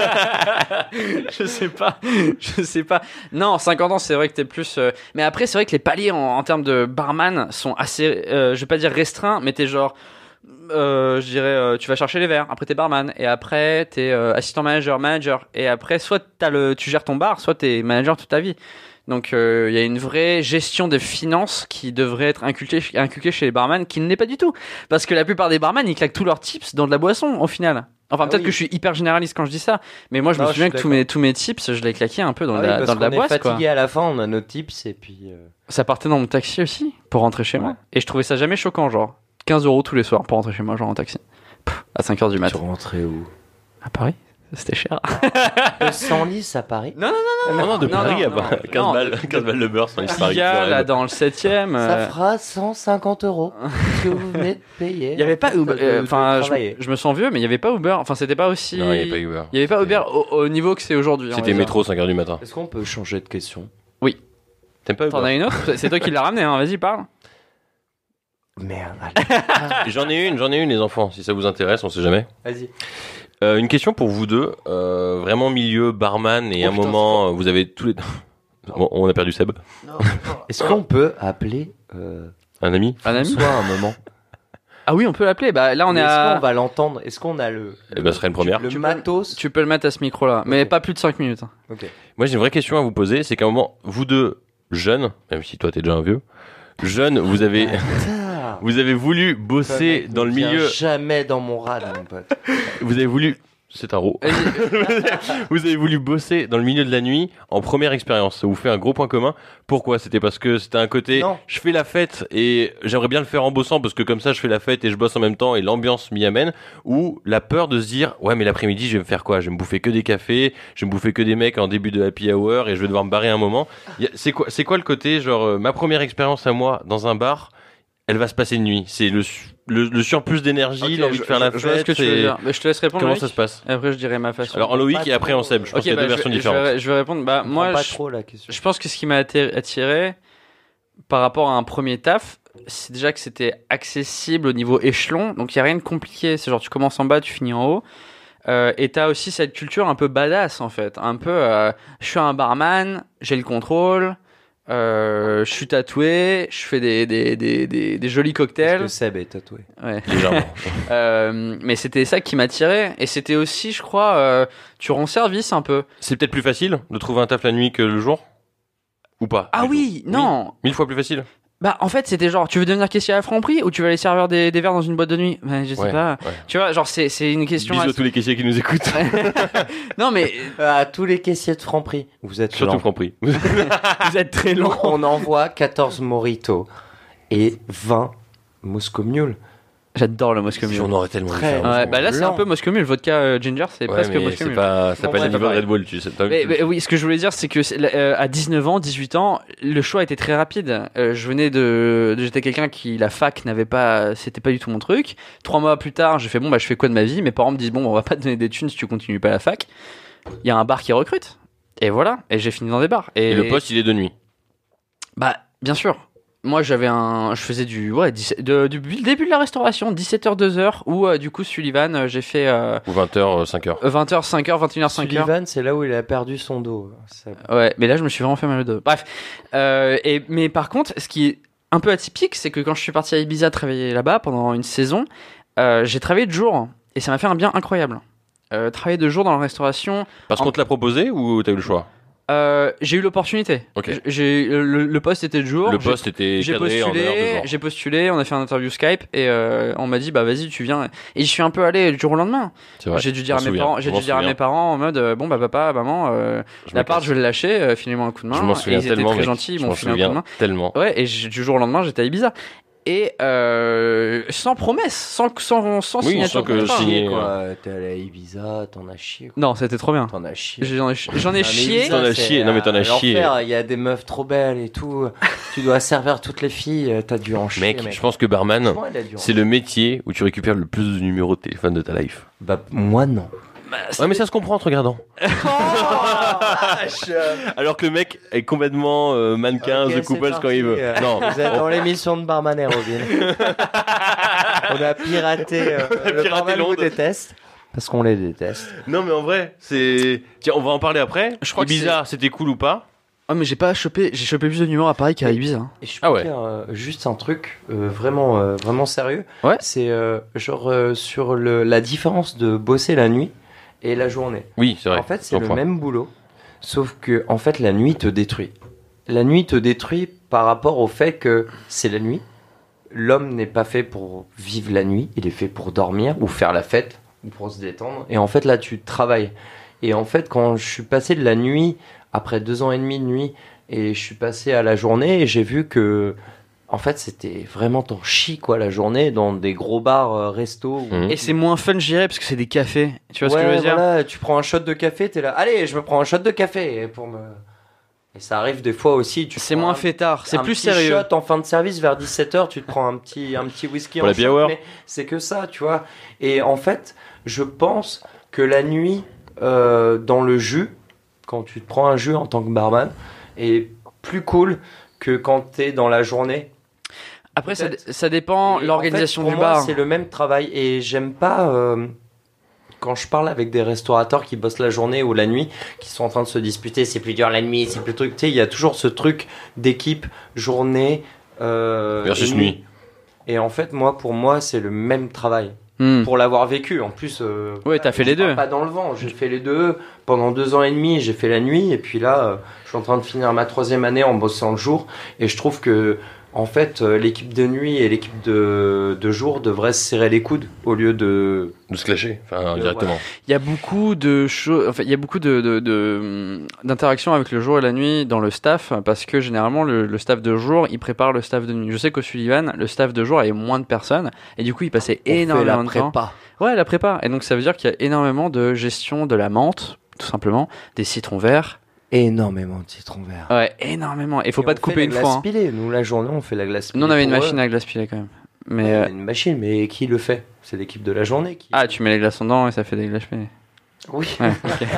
S1: je sais pas. Je sais pas. Non, 50 ans, c'est vrai que t'es plus. euh, Mais après, c'est vrai que les paliers en, en termes de barman sont assez. euh, je vais pas dire restreints, mais t'es genre. euh, je dirais, euh, tu vas chercher les verres. Après, t'es barman. Et après, t'es euh, assistant manager, manager. Et après, soit as le, tu gères ton bar, soit t'es manager toute ta vie. Donc, euh, il y a une vraie gestion des finances qui devrait être inculquée, inculquée chez les barman, qui ne l'est pas du tout. Parce que la plupart des barman, ils claquent tous leurs tips dans de la boisson, au final. Enfin,
S3: Ah
S1: peut-être
S3: oui.
S1: que je suis hyper généraliste quand je dis ça, mais moi, je
S3: Non,
S1: me
S3: je
S1: souviens
S3: suis
S1: que tous mes, tous mes tips, je les claquais un peu dans,
S3: Ah
S1: de la,
S3: oui, parce
S1: dans de la
S3: qu'on est
S1: boisse, quoi.
S3: fatigué à la fin, on a nos tips et puis. euh,
S1: Ça partait dans mon taxi aussi, pour rentrer chez moi. Et je trouvais ça jamais choquant, genre 15 euros tous les soirs pour rentrer chez moi, genre en taxi. Pff, à 5 heures du
S3: Tu
S1: matin.
S3: rentrais où
S1: À Paris C'était cher.
S3: Le 100 lices à Paris.
S1: Non, non,
S3: non,
S2: Ah non, de
S1: Non,
S2: Paris
S1: non,
S2: à part-
S1: non,
S2: 15
S1: non,
S2: balles,
S1: de-
S2: 15 balles de beurre, sans l'histoire.
S1: Giga, là, dans le 7
S3: Ça
S1: e
S3: fera 150 euros que vous venez de payer.
S1: Il y avait pas Uber.
S3: De-
S1: euh,
S3: de
S1: Enfin, je,
S3: travailler.
S1: je me sens vieux, mais il y avait pas Uber. Enfin, c'était pas aussi.
S2: Non, il n'y avait pas Uber.
S1: Il y avait pas
S2: C'était-
S1: Uber au, au niveau que c'est aujourd'hui. hein, on va
S2: C'était
S1: dire.
S2: métro 5h du matin.
S3: Est-ce qu'on peut changer de question
S2: T'aimes pas
S1: T'en as
S2: Uber
S1: une autre C'est toi qui l'as ramené, hein. vas-y, parle.
S3: Merde,
S2: J'en ai une, j'en ai une, les enfants, si ça vous intéresse, on sait jamais.
S3: vas-y.
S2: Euh, une question pour vous deux, euh, vraiment milieu barman et
S3: Oh,
S2: un
S3: putain,
S2: moment, euh, vous avez tous les. Bon, on a perdu Seb,
S3: Est-ce qu'on peut appeler euh,
S2: un ami.
S1: Un ami
S3: François un moment
S1: Ah oui, on peut l'appeler. Bah là, on est
S3: Mais Est-ce
S1: à.
S3: qu'on va l'entendre Est-ce qu'on a le,
S2: Eh ben, ce serait une première.
S3: le
S1: Tu peux-
S3: matos
S1: Tu peux le mettre à ce micro-là, mais
S3: Ok.
S1: pas plus de 5 minutes. hein.
S3: Ok.
S2: Moi, j'ai une vraie question à vous poser, c'est qu'à un moment, vous deux, jeunes, même si toi t'es déjà un vieux, jeunes, vous avez,
S3: Putain,
S2: vous avez voulu bosser
S3: mec,
S2: dans le
S3: viens
S2: milieu,
S3: Jamais dans mon rad, mon pote.
S2: vous avez voulu c'est un roux. vous avez voulu bosser dans le milieu de la nuit en première expérience. Ça vous fait un gros point commun. Pourquoi C'était parce que c'était un côté,
S3: Non.
S2: je fais la fête et j'aimerais bien le faire en bossant parce que comme ça je fais la fête et je bosse en même temps et l'ambiance m'y amène. Ou la peur de se dire, ouais mais l'après-midi je vais me faire quoi Je vais me bouffer que des cafés, je vais me bouffer que des mecs en début de happy hour et je vais devoir me barrer un moment. Y a- C'est quoi, c'est quoi le côté, genre, euh, ma première expérience à moi dans un bar elle va se passer de nuit. C'est le, su- le, le surplus d'énergie,
S1: Ok,
S2: l'envie
S1: je-
S2: de faire la
S1: je-
S2: fête.
S1: Je vois ce que tu veux
S2: et
S1: dire. Mais je te laisse répondre.
S2: Comment
S1: Loïc.
S2: ça se passe
S1: Et Après, je dirai ma façon.
S2: alors en Loïc
S3: Pas
S2: et après
S3: trop.
S2: en Seb, je pense
S1: Ok,
S2: qu'il y a
S1: bah,
S2: deux
S1: je-
S2: versions
S1: je vais-
S2: différentes.
S1: Je, vais répondre. Bah, moi,
S3: pas
S1: je,
S3: trop la question.
S1: je pense que ce qui m'a attir- attiré par rapport à un premier taf, c'est déjà que c'était accessible au niveau échelon. Donc, il n'y a rien de compliqué. C'est genre, tu commences en bas, tu finis en haut. Euh, et t'as aussi cette culture un peu badass, en fait. Un peu, euh, je suis un barman, j'ai le contrôle. euh, je suis tatoué, je fais des, des, des, des, des jolis
S3: Parce
S1: cocktails.
S3: que Seb est tatoué.
S1: Ouais.
S2: Légèrement.
S1: Euh, mais c'était ça qui m'attirait. Et c'était aussi, je crois, euh, tu rends service un peu.
S2: C'est peut-être plus facile de trouver un taf la nuit que le jour Ou pas
S1: Ah
S2: du tout
S1: oui, non.
S2: Mille fois plus facile
S1: Bah en fait c'était genre tu veux devenir caissier à Franprix ou tu veux aller servir des, des verres dans une boîte de nuit Bah, Je sais
S2: Ouais,
S1: pas.
S2: ouais.
S1: Tu vois genre c'est c'est une question.
S2: Bisous à
S1: assez-
S2: tous les caissiers qui nous écoutent.
S1: non mais
S3: Euh, À tous les caissiers de Franprix. Vous êtes
S2: Surtout
S3: lents.
S2: compris.
S1: vous êtes très long.
S3: On envoie 14 moritos et 20 Moscow Mule.
S1: J'adore le Moscow Mule.
S2: on aurait tellement
S3: Très-
S2: faire.
S1: Ouais, bah là c'est un
S3: Blanc.
S1: peu Moscow Mule. Vodka euh, ginger c'est
S2: Ouais,
S1: presque
S2: mais
S1: Moscow
S2: c'est
S1: Mule.
S2: pas, ça
S3: Bon,
S2: pas
S3: ouais,
S2: le niveau de
S3: pareil.
S2: Red Bull, tu sais. t'as-
S1: Mais, mais oui, ce que je voulais dire, c'est que c'est- euh, à 19 ans, 18 ans, le choix était très rapide. Euh, je venais de, de- j'étais quelqu'un qui la fac n'avait pas, c'était pas du tout mon truc. Trois mois plus tard, j'ai fait bon bah je fais quoi de ma vie Mes parents me disent bon on va pas te donner des thunes si tu continues pas la fac. Il y a un bar qui recrute. Et voilà, et j'ai fini dans des bars.
S2: Et le poste, il est de nuit.
S1: Bah bien sûr. Moi j'avais un, je faisais du ouais 17 de- du depuis le début de la restauration 17h 2h ou du coup Sullivan euh, j'ai fait
S2: Ou euh, 20h, 5h.
S1: 20h 5h 21h 5h.
S3: Sullivan, c'est là où il a perdu son dos. Seb.
S2: Ah.
S1: Ouais, mais là, je me suis vraiment fait mal au dos. Bref. Euh, et, mais par contre, ce qui est un peu atypique, c'est que quand je suis parti à Ibiza travailler là-bas pendant une saison, euh, j'ai travaillé de jour. Et ça m'a fait un bien incroyable. Euh, travailler de jour dans la restauration,
S2: Parce
S1: En-
S2: qu'on te l'a proposé ou t'as eu le choix
S1: euh, j'ai eu l'opportunité.
S2: Ok.
S1: J- J'ai, le, le poste était de jour.
S2: Le
S1: J'ai-
S2: poste était
S1: j'ai
S2: cadré en heure de
S1: postulé,
S2: jour.
S1: j'ai postulé, on a fait un interview Skype et euh, on m'a dit bah vas-y tu viens et je suis un peu allé du jour au lendemain.
S2: C'est vrai.
S1: j'ai dû dire à
S2: m'en
S1: mes
S2: souviens,
S1: parents, j'ai
S2: je m'en
S1: dû dire à
S2: souviens.
S1: mes parents en mode euh, bon bah papa maman euh,
S2: Je me
S1: l'appart
S2: casse.
S1: je vais le lâcher, euh, filez-moi un coup de main.
S2: Je m'en
S1: Et
S2: souviens
S1: ils étaient
S2: tellement.
S1: très
S2: mec.
S1: gentils, ils
S2: Je
S1: m'ont
S2: m'en
S1: filé un coup de main.
S2: souviens tellement.
S1: Ouais, et j- du jour au lendemain, j'étais à Ibiza. Et euh, sans promesse, sans, sans, sans
S2: Oui,
S1: signature.
S2: sans que
S1: de contrat.
S2: signé,
S3: Chier, quoi. T'es allé à Ibiza, t'en as chié. quoi.
S1: Non, c'était trop bien.
S3: T'en as chié.
S1: J'en ai, j'en ai
S3: Non, Ah, mais
S1: chié.
S3: Ibiza,
S2: T'en as
S3: c'est
S2: chié, non, mais t'en as
S3: à l'enfer,
S2: chié.
S3: Il y a des meufs trop belles et tout. tu dois servir toutes les filles. euh, T'as dû en chier.
S2: Mec, je pense que barman,
S3: Franchement, il a dû en
S2: c'est le métier où tu récupères le plus de numéros de téléphone de ta life.
S3: Bah, moi non.
S1: Ah,
S2: Ouais, mais ça se comprend en te regardant. Oh,
S3: Vous
S2: Alors que le mec est complètement euh, mannequin,
S3: Ok,
S2: The
S3: c'est
S2: Couples quand
S3: parti.
S2: il veut. Non,
S3: êtes dans l'émission de Barman et Robin. On a piraté, euh, le
S2: Piraté
S3: Barman vous
S2: l'onde.
S3: déteste. Parce qu'on les déteste.
S2: non, mais en vrai, c'est. Tiens, on va en parler après.
S1: Je crois que
S2: Ibiza, c'était cool ou pas
S1: Oh, mais j'ai pas chopé, j'ai chopé plus de numéros à Paris qu'à
S3: Mais-
S1: Ibiza. hein.
S3: Et je peux
S2: Ah ouais.
S3: dire euh, juste un truc euh, vraiment, euh, vraiment sérieux.
S1: Ouais.
S3: C'est euh, genre euh, sur le, la différence de bosser la nuit et la journée.
S2: Oui, c'est vrai.
S3: en fait,
S2: ton
S3: c'est le
S2: point.
S3: même boulot, sauf que en fait, la nuit te détruit. La nuit te détruit par rapport au fait que c'est la nuit. L'homme n'est pas fait pour vivre la nuit, il est fait pour dormir ou faire la fête ou pour se détendre. Et en fait, là, tu travailles. Et en fait, quand je suis passé de la nuit, après deux ans et demi de nuit, et je suis passé à la journée, et j'ai vu que, en fait, c'était vraiment ton chi, quoi, la journée, dans des gros bars, euh, restos. ou-
S2: Mhm.
S1: Et c'est moins fun, j'irais, parce que c'est des cafés. Tu vois ce que je
S3: Ouais,
S1: veux dire
S3: voilà, tu prends un shot de café, t'es là. Allez, je me prends un shot de café pour me. Et ça arrive des fois aussi. Tu
S1: C'est
S3: prends
S1: moins
S3: un-
S1: fêtard, c'est
S3: un
S1: plus
S3: petit
S1: sérieux.
S3: shot en fin de service vers 17h, tu te prends un petit, un petit whisky
S2: Pour
S3: en
S2: la
S3: shot,
S2: beer hour.
S3: mais c'est que ça, tu vois. Et en fait, je pense que la nuit, euh, dans le jus, quand tu te prends un jus en tant que barman, est plus cool que quand t'es dans la journée.
S1: Après, ça,
S3: peut-être.
S1: ça dépend
S3: Et
S1: l'organisation
S3: en fait,
S1: du
S3: pour moi,
S1: bar.
S3: C'est le même travail et j'aime pas euh, quand je parle avec des restaurateurs qui bossent la journée ou la nuit, qui sont en train de se disputer, c'est plus dur la nuit, c'est plus truc. Tu sais, il y a toujours ce truc d'équipe journée euh,
S2: Versus
S3: et
S2: nuit.
S3: Et en fait, moi, pour moi, c'est le même travail.
S1: Hmm.
S3: Pour l'avoir vécu, en plus. euh,
S1: Ouais, t'as fait
S3: je
S1: les
S3: pars
S1: deux.
S3: Pas dans le vent. J'ai fait les deux pendant deux ans et demi. J'ai fait la nuit et puis là, euh, je suis en train de finir ma troisième année en bossant le jour. Et je trouve que en fait, euh, l'équipe de nuit et l'équipe de, de jour devraient se serrer les coudes au lieu de.
S2: De se clasher, enfin,
S3: Ouais.
S2: directement.
S1: Il y a beaucoup de choses, enfin, il y a beaucoup de, de, de- d'interactions avec le jour et la nuit dans le staff, parce que généralement, le, le staff de jour, il prépare le staff de nuit. Je sais qu'au Sullivan, le staff de jour avait moins de personnes, et du coup, il passait énormément de temps. Ouais, la prépa. Et donc, ça veut dire qu'il y a énormément de gestion de la menthe, tout simplement, des citrons verts.
S3: Énormément de citrons verts.
S1: Ouais, énormément. Et faut
S3: Et
S1: pas
S3: on
S1: te
S3: fait
S1: couper
S3: la
S1: une
S3: glace
S1: fois. hein.
S3: pilée. Nous, la journée, on fait la glace
S1: Nous, on
S3: pilée
S1: avait une
S3: pour eux.
S1: machine à glace pilée quand même. Mais.
S3: On
S1: euh,
S3: a Une machine, mais qui le fait C'est l'équipe de la journée qui.
S1: Ah, tu mets les glaçons dedans et ça fait des glaces pilées.
S3: Oui.
S1: Ouais, ok.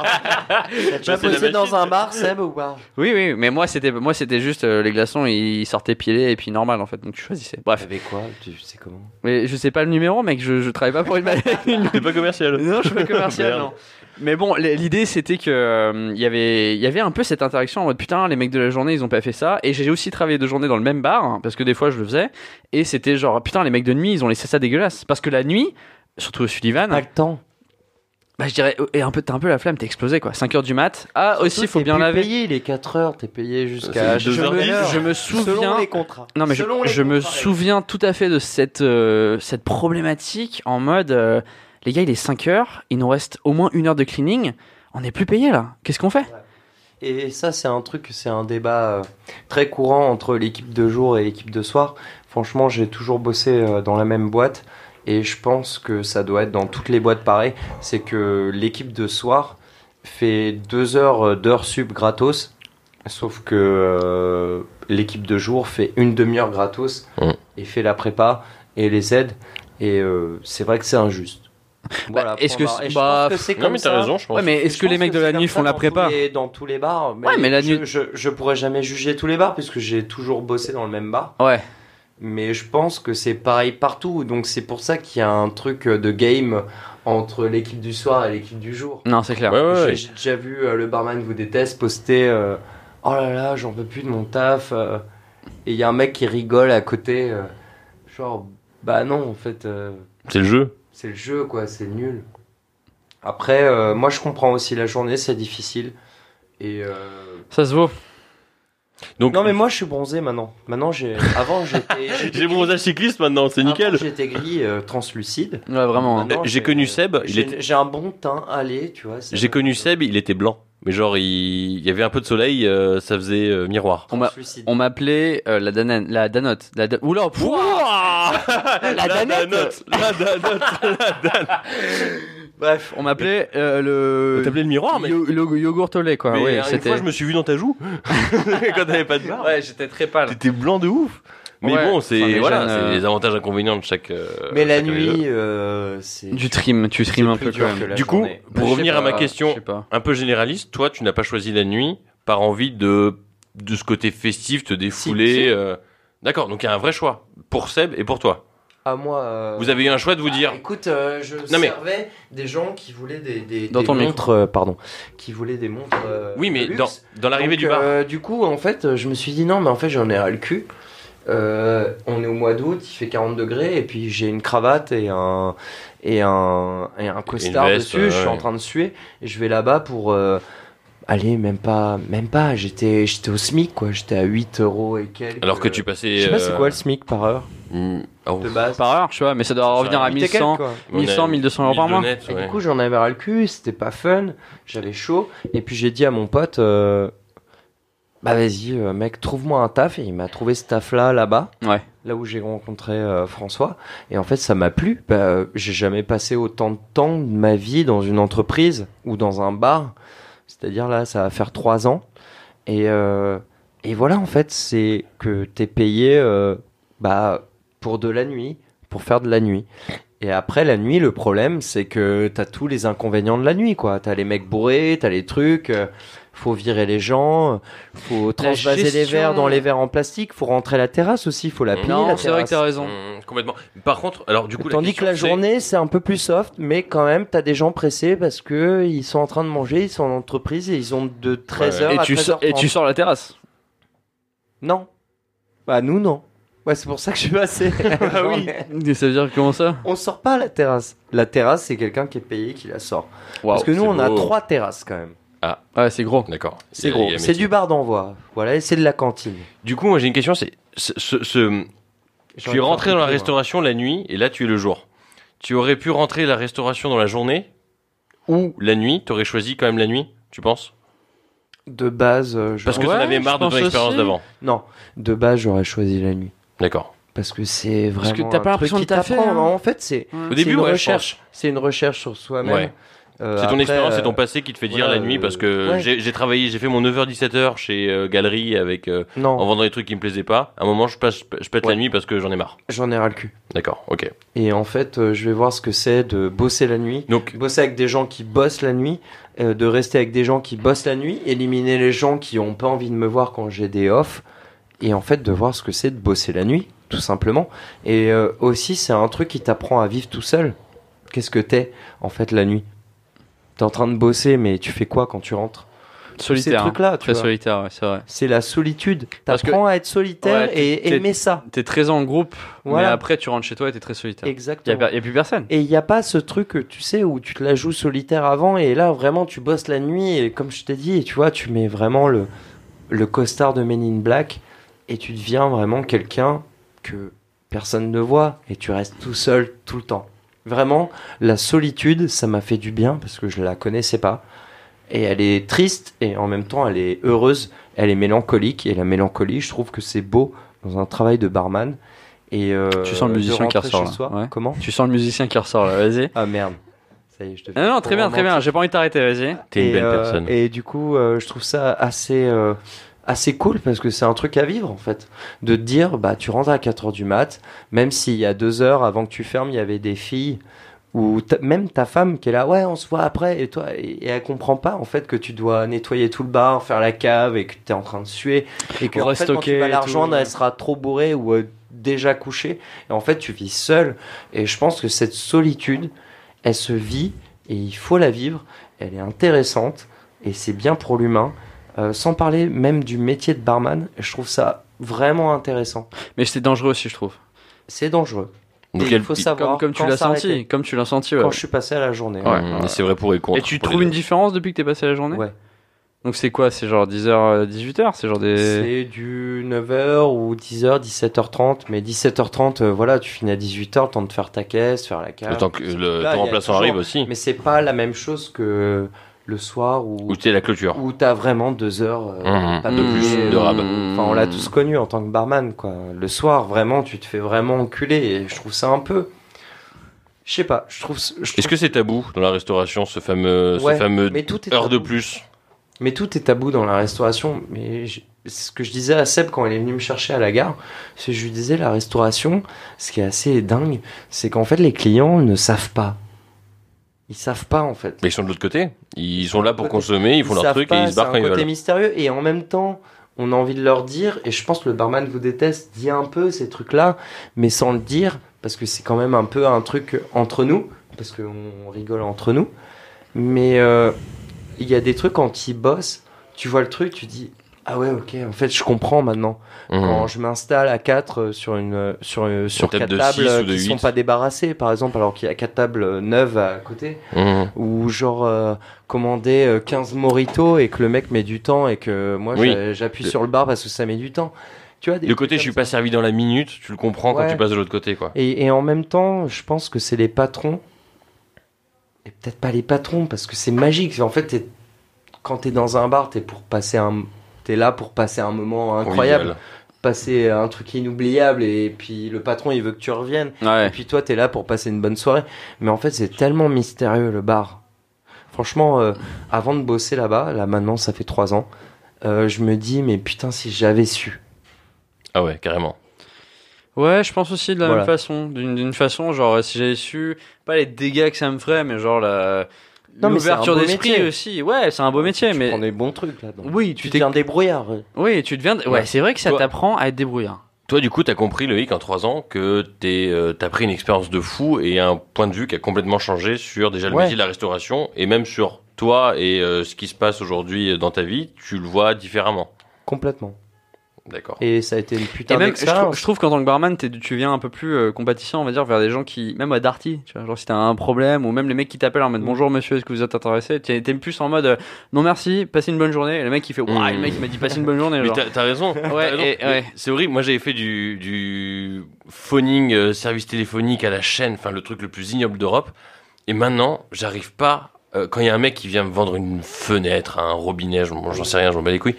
S3: T'as déjà
S2: C'est la
S3: bossé dans
S2: machine.
S3: un bar, Seb ou pas
S1: Oui, oui, mais moi c'était, moi c'était juste euh, les glaçons, ils sortaient pilés et puis normal en fait, donc tu choisissais. Bref,
S3: Avec quoi Tu sais comment
S1: mais je sais pas le numéro, mec, je, je travaille pas pour une magazine.
S2: T'es pas commercial.
S1: Non, je suis pas commercial,
S2: Merde.
S1: non. Mais bon, l- l'idée c'était que euh, il y avait, il y avait un peu cette interaction en mode putain, les mecs de la journée ils ont pas fait ça. Et j'ai aussi travaillé de journée dans le même bar hein, parce que des fois je le faisais et c'était genre putain, les mecs de nuit ils ont laissé ça dégueulasse parce que la nuit, surtout au Sullivan,
S3: Pas le temps.
S1: bah je dirais, et un peu, t'as un peu la flamme, t'es explosé quoi. 5 heures du mat, ah aussi
S3: Surtout,
S1: faut
S3: t'es
S1: bien
S3: plus
S1: laver.
S3: Payé, il est 4 heures, t'es payé jusqu'à.
S2: C'est deux
S1: je,
S2: heures
S1: me,
S2: dix.
S1: je me souviens.
S3: Selon les contrats.
S1: Non mais je,
S3: Selon les
S1: je me
S3: contrats,
S1: souviens tout à fait de cette, euh, cette problématique en mode euh, les gars il est 5 heures, il nous reste au moins une heure de cleaning, on n'est plus payé là, qu'est-ce qu'on fait
S3: Et ça, c'est un truc, c'est un débat euh, très courant entre l'équipe de jour et l'équipe de soir. Franchement, j'ai toujours bossé euh, dans la même boîte et je pense que ça doit être dans toutes les boîtes pareil. C'est que l'équipe de soir fait deux heures euh, d'heures sub gratos, sauf que euh, l'équipe de jour fait une demi-heure gratos
S2: Mm.
S3: et fait la prépa et les aides. Et euh, c'est vrai que c'est injuste.
S1: est-ce
S3: point
S1: que
S3: barre.
S1: c'est-
S3: Et je
S1: bah,
S3: pense que c'est
S2: Non,
S3: comme
S2: mais t'as
S3: ça.
S2: raison, je pense.
S1: Ouais mais
S3: Et
S1: est-ce
S3: je
S1: que les
S3: pense
S1: mecs de la
S3: c'est
S1: nuit
S3: comme
S1: font
S3: ça
S1: la
S3: dans
S1: prépa
S3: tous les- Dans tous les bars. Mais
S1: Ouais, mais la
S3: je,
S1: nuit-
S3: Je, je pourrais jamais juger tous les bars puisque j'ai toujours bossé dans le même bar.
S1: Ouais,
S3: Mais je pense que c'est pareil partout. Donc c'est pour ça qu'il y a un truc de game entre l'équipe du soir et l'équipe du jour.
S1: non c'est clair.
S2: Ouais, ouais, ouais.
S3: J'ai- J'ai déjà vu euh, le barman vous déteste poster euh, Oh là là, j'en peux plus de mon taf. euh. et il y a un mec qui rigole à côté. euh, genre, bah non, en fait. euh,
S2: C'est le jeu.
S3: c'est le jeu, quoi, c'est nul. Après, euh, moi je comprends aussi la journée, c'est difficile. Et euh,
S1: Ça se vaut.
S2: Donc,
S3: Non, mais moi je suis bronzé maintenant. Maintenant, j'ai. Avant, j'étais.
S2: j'ai mon âge cycliste maintenant, c'est
S3: Avant,
S2: nickel. Ah,
S3: J'étais gris, euh, translucide.
S1: Ouais vraiment. hein.
S3: Maintenant,
S2: J'ai connu Seb, il
S3: J'ai
S2: était-
S3: j'ai un bon teint allé, tu vois. c'est-
S2: J'ai connu Seb, il était blanc. Mais genre, il, il y avait un peu de soleil, euh, ça faisait euh, miroir.
S1: On m'a-
S3: Translucide.
S1: On m'appelait euh, la Danone, la Danote, la da- Oula, pouah
S2: La danote La danote
S3: Bref.
S1: on m'appelait euh,
S2: On
S1: le
S2: t'appelait le miroir, Oh, mais,
S1: yo- le yogourt au lait quoi.
S2: mais
S1: ouais,
S2: une fois,
S1: c'était.
S2: je me suis vu dans ta joue. Quand t'avais pas de barbe.
S1: Ouais, j'étais très pâle.
S2: T'étais blanc de ouf. Mais
S1: Ouais,
S2: bon,
S1: enfin,
S2: c'est
S1: les
S2: voilà,
S1: jeunes,
S2: c'est
S1: euh,
S2: les avantages et inconvénients de chaque. euh,
S3: Mais la
S2: chacun des deux.
S3: nuit, euh, c'est.
S1: Du trim, tu trimes
S3: c'est
S1: un
S3: plus
S1: peu
S3: dur
S1: quand même.
S3: que la
S2: Du coup,
S3: journée.
S2: pour
S1: Je sais
S2: revenir à ma
S1: pas,
S2: question
S1: je sais pas.
S2: un peu généraliste, toi, tu n'as pas choisi la nuit par envie de de ce côté festif, te défouler.
S3: Si, si.
S2: euh, D'accord, donc il y a un vrai choix pour Seb et pour toi.
S3: Ah, moi. euh,
S2: Vous avez eu un choix de vous dire.
S3: Ah, écoute, euh, je
S2: mais-
S3: servais des gens qui voulaient des, des,
S1: Dans
S3: des
S1: ton micro.
S3: montres, euh, pardon, qui voulaient des montres. euh,
S2: Oui, mais
S3: de
S2: dans,
S3: luxe.
S2: dans l'arrivée
S3: Donc,
S2: du bar.
S3: euh, du coup, en fait, je me suis dit non, mais en fait, j'en ai ras le cul. Euh, on est au mois d'août, il fait 40 degrés, et puis j'ai une cravate et un et un et un costard
S2: veste,
S3: dessus.
S2: ouais,
S3: je suis en
S2: ouais.
S3: train de suer. Et je vais là-bas pour euh, aller même pas même pas. J'étais j'étais au SMIC quoi. J'étais à 8 euros et quelques.
S2: alors que
S3: euh,
S2: tu passais.
S3: je sais pas c'est
S2: euh,
S3: quoi le SMIC par heure
S2: mm, oh,
S3: de base.
S1: Par heure, je sais pas, mais ça doit revenir à
S3: 8 et quelques,
S1: 1100.
S3: quoi.
S2: on a
S1: 1100, 1200 euros par mois.
S2: 1200 net,
S3: Et
S2: ouais.
S3: du coup, j'en avais ras le cul, c'était pas fun, j'avais chaud. Et puis j'ai dit à mon pote, euh, bah vas-y, euh, mec, trouve-moi un taf. Et il m'a trouvé ce taf-là, là-bas.
S1: Ouais.
S3: Là où j'ai rencontré euh, François. Et en fait, ça m'a plu. Bah, euh, j'ai jamais passé autant de temps de ma vie dans une entreprise ou dans un bar. C'est-à-dire là, ça va faire trois ans. Et, euh, et voilà, en fait, c'est que t'es payé euh, bah, pour de la nuit, pour faire de la nuit. Et après, la nuit, le problème, c'est que t'as tous les inconvénients de la nuit, quoi. T'as les mecs bourrés, t'as les trucs, euh, faut virer les gens, euh, faut transvaser les
S1: gestion- euh.
S3: verres dans les verres en plastique, faut rentrer la terrasse aussi, faut la plier,
S1: Non,
S3: la
S1: c'est vrai
S3: terrasse.
S1: que t'as raison.
S2: Mm, complètement. Par contre, alors du coup,
S3: Tandis que
S2: question,
S3: la
S2: c'est-
S3: journée, c'est un peu plus soft, mais quand même, t'as des gens pressés parce que ils sont en train de manger, ils sont en entreprise et ils ont de 13h
S1: Et
S3: à
S1: tu, sors, et
S3: 13h30.
S1: tu sors la terrasse.
S3: Non. Bah, nous, non. Ouais, c'est pour ça que je suis passé.
S1: Bah
S2: Ah
S1: oui. Ça veut dire comment ça
S3: On sort pas à la terrasse. La terrasse, c'est quelqu'un qui est payé qui la sort. Parce que nous,
S2: Oh, c'est
S3: on a
S2: beau.
S3: trois terrasses quand même.
S2: Ah.
S1: Ouais, c'est gros.
S2: D'accord.
S3: C'est
S2: Il y a- il
S3: gros.
S2: y a
S3: C'est
S2: métier.
S3: du bar d'envoi. Voilà, et c'est de la cantine.
S2: Du coup, moi j'ai une question, c'est ce, ce- ce- tu es rentré dans la restauration la nuit et là tu es le jour. Tu aurais pu rentrer la restauration dans la journée ou la nuit, t'aurais choisi quand même la nuit, tu penses
S3: De base, euh, je-
S2: Parce que
S1: Ouais,
S2: t'en avais
S1: je
S2: marre de ton
S1: pense
S2: expérience
S1: aussi.
S2: d'avant.
S3: non, de base, j'aurais choisi la nuit
S2: D'accord.
S3: parce que c'est vraiment.
S1: Parce que t'as pas
S3: un
S1: l'impression
S3: truc
S1: de
S3: qui
S1: taffer,
S3: t'apprend.
S1: hein.
S3: En fait, c'est
S1: Ouais.
S2: Au
S3: c'est
S2: début,
S3: une
S2: ouais, je
S3: recherche. C'est une recherche sur soi-même.
S2: Ouais.
S3: Euh,
S2: C'est ton
S3: après,
S2: expérience,
S3: euh,
S2: c'est ton passé qui te fait dire
S3: voilà,
S2: la nuit
S3: euh,
S2: parce que
S3: ouais.
S2: j'ai j'ai travaillé, j'ai fait mon 9h-17h chez euh, Galerie avec euh,
S3: Non,
S2: en vendant des trucs qui me plaisaient pas. À un moment, je, passe, je pète la
S3: Ouais.
S2: nuit parce que j'en ai marre.
S3: j'en ai ras le cul.
S2: D'accord, ok.
S3: Et en fait, euh, je vais voir ce que c'est de bosser la nuit.
S2: Donc,
S3: Bosser avec des gens qui bossent la nuit, euh, de rester avec des gens qui bossent la nuit, éliminer les gens qui ont pas envie de me voir quand j'ai des off, et en fait de voir ce que c'est de bosser la nuit, tout simplement. Et euh, aussi, c'est un truc qui t'apprend à vivre tout seul. Qu'est-ce que t'es en fait la nuit T'es en train de bosser, mais tu fais quoi quand tu rentres Ces
S1: Solitaire. hein.
S3: trucs-là, tu
S1: Très
S3: vois.
S1: solitaire, ouais, c'est vrai.
S3: C'est la solitude.
S1: Parce que-
S3: T'apprends à être solitaire
S1: Ouais, t'es-
S3: et
S1: t'es-
S3: aimer ça.
S1: T'es très en groupe, mais
S3: Voilà.
S1: après tu rentres chez toi et t'es très solitaire. Y a,
S3: Exactement.
S1: per- y a plus personne.
S3: Et il n'y a pas ce truc, euh, tu sais, où tu te la joues solitaire avant et là vraiment tu bosses la nuit et comme je t'ai dit, tu vois, tu mets vraiment le, le costard de Men in Black et tu deviens vraiment quelqu'un que personne ne voit et tu restes tout seul tout le temps. Vraiment, la solitude, ça m'a fait du bien parce que je la connaissais pas. Et elle est triste et en même temps elle est heureuse, elle est mélancolique et la mélancolie, je trouve que c'est beau dans un travail de barman. Et euh,
S1: Tu sens le
S3: de
S1: musicien qui
S3: rentrer
S1: ressort,
S3: chez
S1: là.
S3: soi.
S1: Ouais.
S3: Comment
S1: Tu sens le musicien qui ressort là, vas-y.
S3: ah merde. Ça y est, je te fais
S1: Non, non, très bien, très bien,
S3: romantique.
S1: j'ai pas envie de t'arrêter, vas-y.
S2: t'es
S3: Et,
S2: une belle
S3: euh,
S2: personne.
S3: Et du coup, euh, je trouve ça assez, euh, assez cool parce que c'est un truc à vivre en fait. De te dire, bah, tu rentres à 4h du mat, même s'il y a 2 heures avant que tu fermes, il y avait des filles ou ta- même ta femme qui est là, ouais, on se voit après, et toi, et, et elle comprend pas en fait que tu dois nettoyer tout le bar, faire la cave et que t'es en train de suer et que en fait, quand
S1: Restocker
S3: tu vas la
S1: et tout.
S3: rejoindre, elle sera trop bourrée ou euh, déjà couchée. Et en fait, tu vis seul. Et je pense que cette solitude, elle se vit et il faut la vivre. Elle est intéressante et c'est bien pour l'humain. Euh, sans parler même du métier de barman, je trouve ça vraiment intéressant.
S1: Mais c'est dangereux aussi, je trouve.
S3: C'est dangereux.
S2: Donc,
S3: Et il
S2: elle-
S3: faut
S2: il-
S3: savoir
S1: Comme, comme tu
S3: quand
S1: l'as
S3: s'arrêter.
S1: senti, comme tu l'as senti, ouais.
S3: Quand je suis passé à la journée. hein.
S2: Ouais, mais c'est vrai pour et contre.
S1: Et tu
S2: pour les
S1: trouves une
S2: deux.
S1: différence depuis que t'es passé la journée
S3: Ouais.
S1: Donc c'est quoi C'est genre 10h, 18h C'est genre des.
S3: C'est du 9h ou 10h, 17h30. Mais 17h30, euh, voilà, tu finis à 18h, le temps de faire ta caisse, faire la
S2: Le
S3: carte.
S2: temps que le,
S3: Là,
S2: ton
S3: il y a
S2: remplaçant
S3: toujours-
S2: arrive aussi.
S3: Mais c'est pas la même chose que le soir où,
S2: Ou tu sais, la clôture.
S3: où t'as vraiment deux heures euh,
S2: Mmh,
S3: pas
S2: de
S3: payer,
S2: plus,
S3: euh,
S2: de rab.
S3: Enfin, on l'a tous connu en tant que barman, quoi. Le soir, vraiment, tu te fais vraiment enculer et je trouve ça un peu. Je sais pas, je trouve. je trouve-
S2: Est-ce que c'est tabou dans la restauration, ce fameux,
S3: Ouais,
S2: ce fameux
S3: mais tout est
S2: heure de
S3: tabou.
S2: plus
S3: Mais tout est tabou dans la restauration. Mais je- c'est ce que je disais à Seb quand il est venu me chercher à la gare, c'est que je lui disais la restauration, ce qui est assez dingue, c'est qu'en fait les clients ne savent pas. Ils savent pas en fait.
S2: Mais ils sont de l'autre côté. Ils sont là pour
S3: Côté.
S2: consommer, ils font leur
S3: savent
S2: truc et
S3: pas,
S2: ils se barrent
S3: c'est
S2: quand
S3: un
S2: ils
S3: côté
S2: veulent.
S3: mystérieux et en même temps, on a envie de leur dire et je pense que le barman vous déteste dit un peu ces trucs-là, mais sans le dire parce que c'est quand même un peu un truc entre nous parce qu'on rigole entre nous. Mais euh, il y a des trucs quand ils bossent, tu vois le truc, tu dis ah ouais ok en fait je comprends maintenant quand
S2: Mhm.
S3: je m'installe à 4 sur une euh, sur euh, sur
S2: table
S3: quatre
S2: de
S3: tables
S2: six
S3: euh,
S2: ou de
S3: qui sont
S2: huit.
S3: pas débarrassées par exemple alors qu'il y a quatre tables euh, neuves à côté
S2: Mhm.
S3: ou genre euh, commander euh, 15 moritos et que le mec met du temps et que moi
S2: Oui.
S3: j'a- j'appuie sur le bar parce que ça met du temps. Tu vois, des
S2: Le
S3: trucs
S2: côté, je
S3: comme
S2: suis
S3: ça.
S2: pas servi dans la minute, tu le comprends quand
S3: Ouais.
S2: tu passes de l'autre côté, quoi.
S3: Et, et en même temps, je pense que c'est les patrons, et peut-être pas les patrons parce que c'est magique. En fait, t'es- quand t'es dans un bar, t'es pour passer un, t'es là pour passer un moment incroyable,
S2: Convivial.
S3: passer un truc inoubliable et puis le patron il veut que tu reviennes. Et
S1: Ouais.
S3: puis toi, t'es là pour passer une bonne soirée. Mais en fait, c'est tellement mystérieux le bar. Franchement, euh, avant de bosser là-bas, là maintenant, ça fait trois ans, euh, je me dis, mais putain, si j'avais su.
S2: Ah ouais, carrément.
S1: Ouais, je pense aussi de la
S3: Voilà.
S1: même façon. D'une d'une façon, genre, si j'avais su, pas les dégâts que ça me ferait, mais genre la.
S3: Non, mais c'est un
S1: L'ouverture
S3: beau
S1: d'esprit
S3: métier.
S1: aussi. Ouais, c'est un beau métier,
S3: tu
S1: mais.
S3: prends des bons trucs là. dedans
S1: Oui, tu
S3: tu
S1: t'es.
S3: deviens débrouillard. euh,
S1: Oui, tu deviens. Ouais,
S2: Ouais.
S1: c'est vrai que ça
S2: Toi-
S1: t'apprend à être débrouillard.
S2: Toi, du coup, t'as compris, Loïc, en trois ans, que t'es, euh, t'as pris une expérience de fou et un point de vue qui a complètement changé sur déjà le
S3: Ouais.
S2: métier de la restauration et même sur toi et euh, ce qui se passe aujourd'hui dans ta vie, tu le vois différemment.
S3: Complètement.
S2: D'accord.
S3: Et ça a été une putain
S1: Et même, je, trou-
S3: d'expérience.
S1: je trouve qu'en tant que barman, t'es- tu viens un peu plus euh, compatissant, on va dire, vers des gens qui, même à Darty, tu vois, genre si t'as un problème, ou même les mecs qui t'appellent en
S3: Mm.
S1: mode bonjour monsieur, est-ce que vous êtes intéressé T'es t'es plus en mode euh, non merci, passez une bonne journée, et le mec il fait ouah,
S2: Mm.
S1: le mec il m'a dit passez une bonne journée.
S2: Mais
S1: Genre.
S2: t'as t'as raison. t'as
S1: Ouais,
S2: raison.
S1: et-
S2: Mais
S1: ouais.
S2: C'est horrible. Moi, j'avais fait du, du phoning, euh, service téléphonique à la chaîne, enfin le truc le plus ignoble d'Europe. Et maintenant, j'arrive pas. euh, quand il y a un mec qui vient me vendre une fenêtre, un robinet, je m'en- j'en sais rien, je m'en bats les couilles.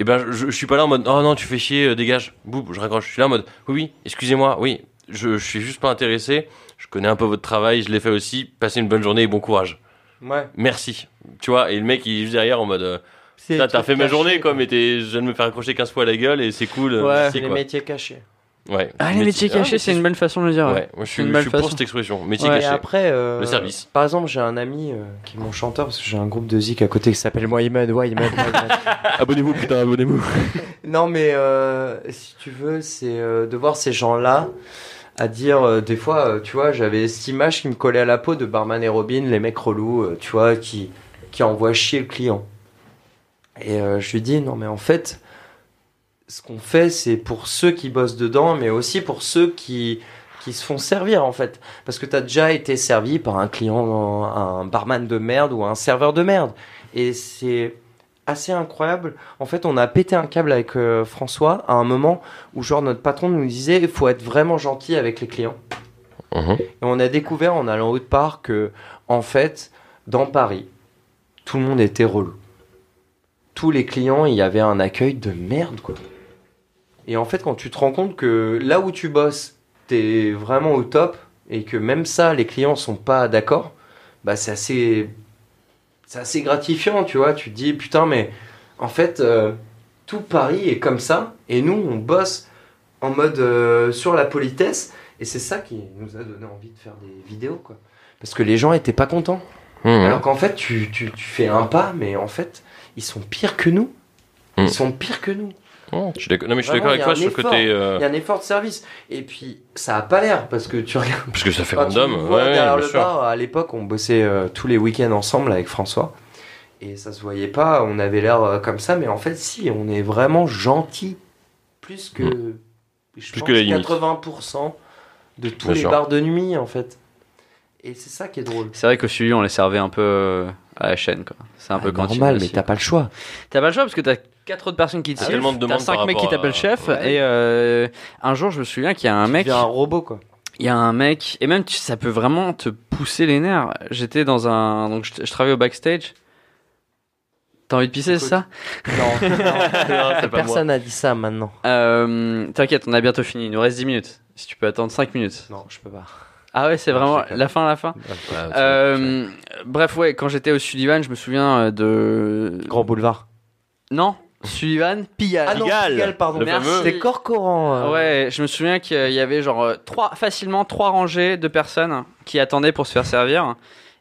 S2: Et ben, je, je suis pas là en mode, oh non, tu fais chier, euh, dégage, boum, je raccroche. Je suis là en mode, oui, oui, excusez-moi, oui, je, je suis juste pas intéressé. Je connais un peu votre travail, je l'ai fait aussi. Passez une bonne journée et bon courage.
S3: Ouais.
S2: Merci. Tu vois, et le mec, il est juste derrière en mode. euh,
S3: C'est
S2: Putain,
S3: des
S2: t'as
S3: trucs
S2: fait ma
S3: cachés,
S2: journée quoi, mais t'es- je viens de me faire accrocher 15 fois la gueule et c'est cool. euh,
S1: Ouais.
S2: merci,
S3: C'est les
S2: quoi.
S3: métiers cachés.
S2: Ouais.
S1: Ah, les métiers
S2: Ah,
S1: cachés,
S2: mais
S1: c'est une bonne façon de le dire. ouais.
S2: Ouais, moi je suis,
S1: une
S2: je
S1: belle
S2: suis pour
S1: façon.
S2: cette expression. Métier
S1: Ouais.
S3: Et
S2: caché.
S3: après, euh,
S2: Le service.
S3: Par exemple, j'ai un ami euh, qui est mon chanteur parce que j'ai un groupe de zik à côté qui s'appelle Mohamed. Mohamed, Mohamed.
S2: Abonnez-vous, putain, abonnez-vous.
S3: non, mais euh, si tu veux, c'est euh, de voir ces gens-là à dire euh, des fois, euh, tu vois, j'avais cette image qui me collait à la peau de Barman et Robin, les mecs relous, euh, tu vois, qui qui envoient chier le client. Et euh, je lui dis non, mais en fait, ce qu'on fait, c'est pour ceux qui bossent dedans, mais aussi pour ceux qui qui se font servir en fait. Parce que t'as déjà été servi par un client, un barman de merde ou un serveur de merde. Et c'est assez incroyable. En fait, on a pété un câble avec euh, François à un moment où genre notre patron nous disait il faut être vraiment gentil avec les clients. Et on a découvert en allant autre part que, en fait, dans Paris, tout le monde était relou. Tous les clients, il y avait un accueil de merde, quoi. Et en fait, quand tu te rends compte que là où tu bosses, t'es vraiment au top, et que même ça, les clients sont pas d'accord, bah c'est assez... C'est assez gratifiant, tu vois. Tu te dis, putain, mais en fait, euh, tout Paris est comme ça, et nous, on bosse en mode euh, sur la politesse, et c'est ça qui nous a donné envie de faire des vidéos, quoi. Parce que les gens étaient pas contents. Alors qu'en fait, tu, tu, tu fais un pas, mais en fait, ils sont pires que nous.
S2: Mm.
S3: Ils sont pires que nous.
S2: Je suis d'accord- non, mais je suis d'accord
S3: Vraiment,
S2: avec
S3: il y a
S2: toi
S3: un
S2: sur le
S3: effort.
S2: côté. euh,
S3: Il y a un effort de service. Et puis, ça a pas l'air, parce que tu regardes.
S2: Parce que ça fait
S3: Quand tu
S2: random.
S3: me
S2: Ouais,
S3: vois
S2: ouais,
S3: derrière
S2: bien
S3: le
S2: sûr.
S3: bar, à l'époque, on bossait euh, tous les week-ends ensemble avec François. Et ça se voyait pas, on avait l'air euh, comme ça, mais en fait, si, on est vraiment gentil. Plus que. Je
S2: Plus
S3: pense
S2: que la limite.
S3: 80% de tous
S2: Bien
S3: les
S2: sûr.
S3: bars de nuit, en fait. Et c'est ça qui est drôle.
S1: C'est vrai qu'au suivi, on les servait un peu euh, à la chaîne, quoi. C'est un peu
S3: Ah,
S1: cantine
S3: normal, mais
S1: aussi.
S3: t'as pas le choix.
S1: T'as pas le choix parce que t'as quatre autres personnes qui te
S2: Ah, tellement
S1: suivent,
S2: de
S1: t'as
S2: demandes
S1: cinq
S2: par
S1: mecs qui
S2: rapport à-
S1: t'appellent chef,
S3: Ouais.
S1: et euh, un jour, je me souviens qu'il y a un
S3: Tu
S1: mec.
S3: deviens un robot quoi.
S1: Il y a un mec, et même tu- ça peut vraiment te pousser les nerfs. J'étais dans un. Donc je, je travaillais au backstage. T'as envie de pisser, c'est
S3: Écoute.
S1: ça
S3: Non,
S2: Non, c'est pas moi.
S3: personne n'a dit ça maintenant.
S1: Euh, T'inquiète, on a bientôt fini. Il nous reste 10 minutes. Si tu peux attendre 5 minutes.
S3: Non, je peux pas.
S1: Ah ouais, c'est
S3: Non,
S1: vraiment
S3: je sais pas.
S1: la fin, la fin.
S2: Ouais,
S1: Euh, bref, ouais, quand j'étais au Sullivan, je me souviens euh, de.
S3: Grand boulevard.
S1: Non Sullivan Pigalle.
S3: Ah non,
S2: Pigalle,
S3: Pigalle, pardon.
S2: le
S3: Merci.
S1: fameux.
S3: C'est Corcoran. euh.
S1: Ouais, je me souviens qu'il y avait genre euh, trois, facilement trois rangées de personnes qui attendaient pour se faire servir.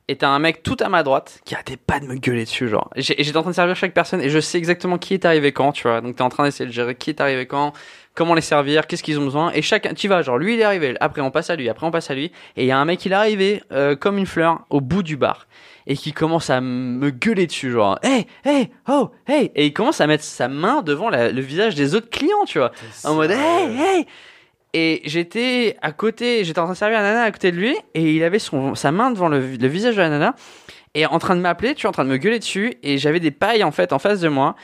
S1: Et t'as un mec tout à ma droite qui arrêtait pas de me gueuler dessus, genre. Et j'ai- et J'étais en train de servir chaque personne et je sais exactement qui est arrivé quand, tu vois. Donc t'es en train d'essayer de gérer qui est arrivé quand, comment les servir, qu'est-ce qu'ils ont besoin. Et chacun, tu vas, genre lui il est arrivé, après on passe à lui, après on passe à lui. Et il y a un mec il est arrivé euh, comme une fleur au bout du bar et qui commence à me gueuler dessus, genre hey hey oh hey et il commence à mettre sa main devant la- le visage des autres clients, tu vois en
S3: Euh,
S1: mode hey hey et j'étais à côté j'étais en train de servir la nana à côté de lui et il avait son, sa main devant le, vi- le visage de la nana et en train de m'appeler tu es en train de me gueuler dessus et j'avais des pailles en fait en face de moi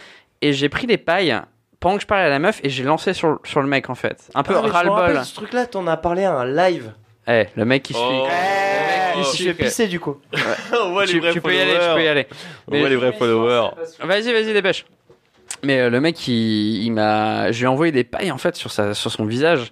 S1: et j'ai pris les pailles pendant que je parlais à la meuf et j'ai lancé sur, sur le mec en fait un peu
S3: Ah, mais je me
S1: ras-le-bol
S3: rappelle Ce truc là, t'en as parlé à un live.
S1: Eh, le mec qui suit
S2: Oh.
S1: Le mec qui
S3: Il
S1: suit,
S3: s'est fait
S1: que-
S3: pisser du coup.
S2: On voit les
S1: tu,
S2: vrais
S1: tu peux y aller tu peux y aller
S2: On voit les vrais followers.
S1: Vas-y, vas-y, dépêche. Mais euh, le mec, il, il m'a. Je lui ai envoyé des pailles en fait sur, sa, sur son visage.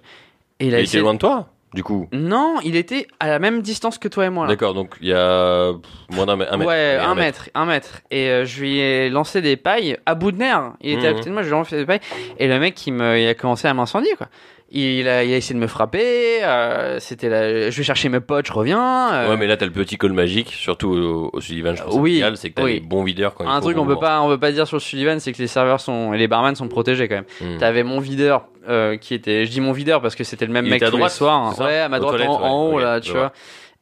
S1: Et il a
S2: Il était
S1: essayé-
S2: loin de toi, du coup.
S1: Non, il était à la même distance que toi et moi. là.
S2: D'accord, donc il y a pff, moins d'un mè- un mètre.
S1: Ouais,
S2: Allez,
S1: un, mètre, un mètre. Et euh, je lui ai lancé des pailles à bout de nerfs. Il était à
S2: Mhm.
S1: côté de moi, je lui ai lancé des pailles. Et le mec, il, me, il a commencé à m'incendier, quoi. Il a, il a essayé de me frapper. euh, C'était la... Je vais chercher mes potes, je reviens. euh,
S2: Ouais, mais là, t'as le petit col magique, surtout au, au Sullivan, je pense.
S1: Oui,
S2: à Pigalle, c'est que t'as
S1: oui.
S2: les bons videurs quand il
S1: Un
S2: faut
S1: truc
S2: au
S1: on
S2: bon
S1: peut pas, on peut pas dire sur Sullivan, c'est que les serveurs sont et les barman sont protégés quand même.
S2: moment. Hmm.
S1: T'avais mon videur euh, qui était, je dis mon videur parce que c'était le même
S2: Il
S1: mec
S2: était à
S1: tous les
S2: droite,
S1: soirs. hein.
S2: c'est ça
S1: Ouais, à ma
S2: Aux
S1: droite en,
S2: toilettes, ouais.
S1: en haut
S2: Ok,
S1: là,
S2: je
S1: tu
S2: vois.
S1: vois.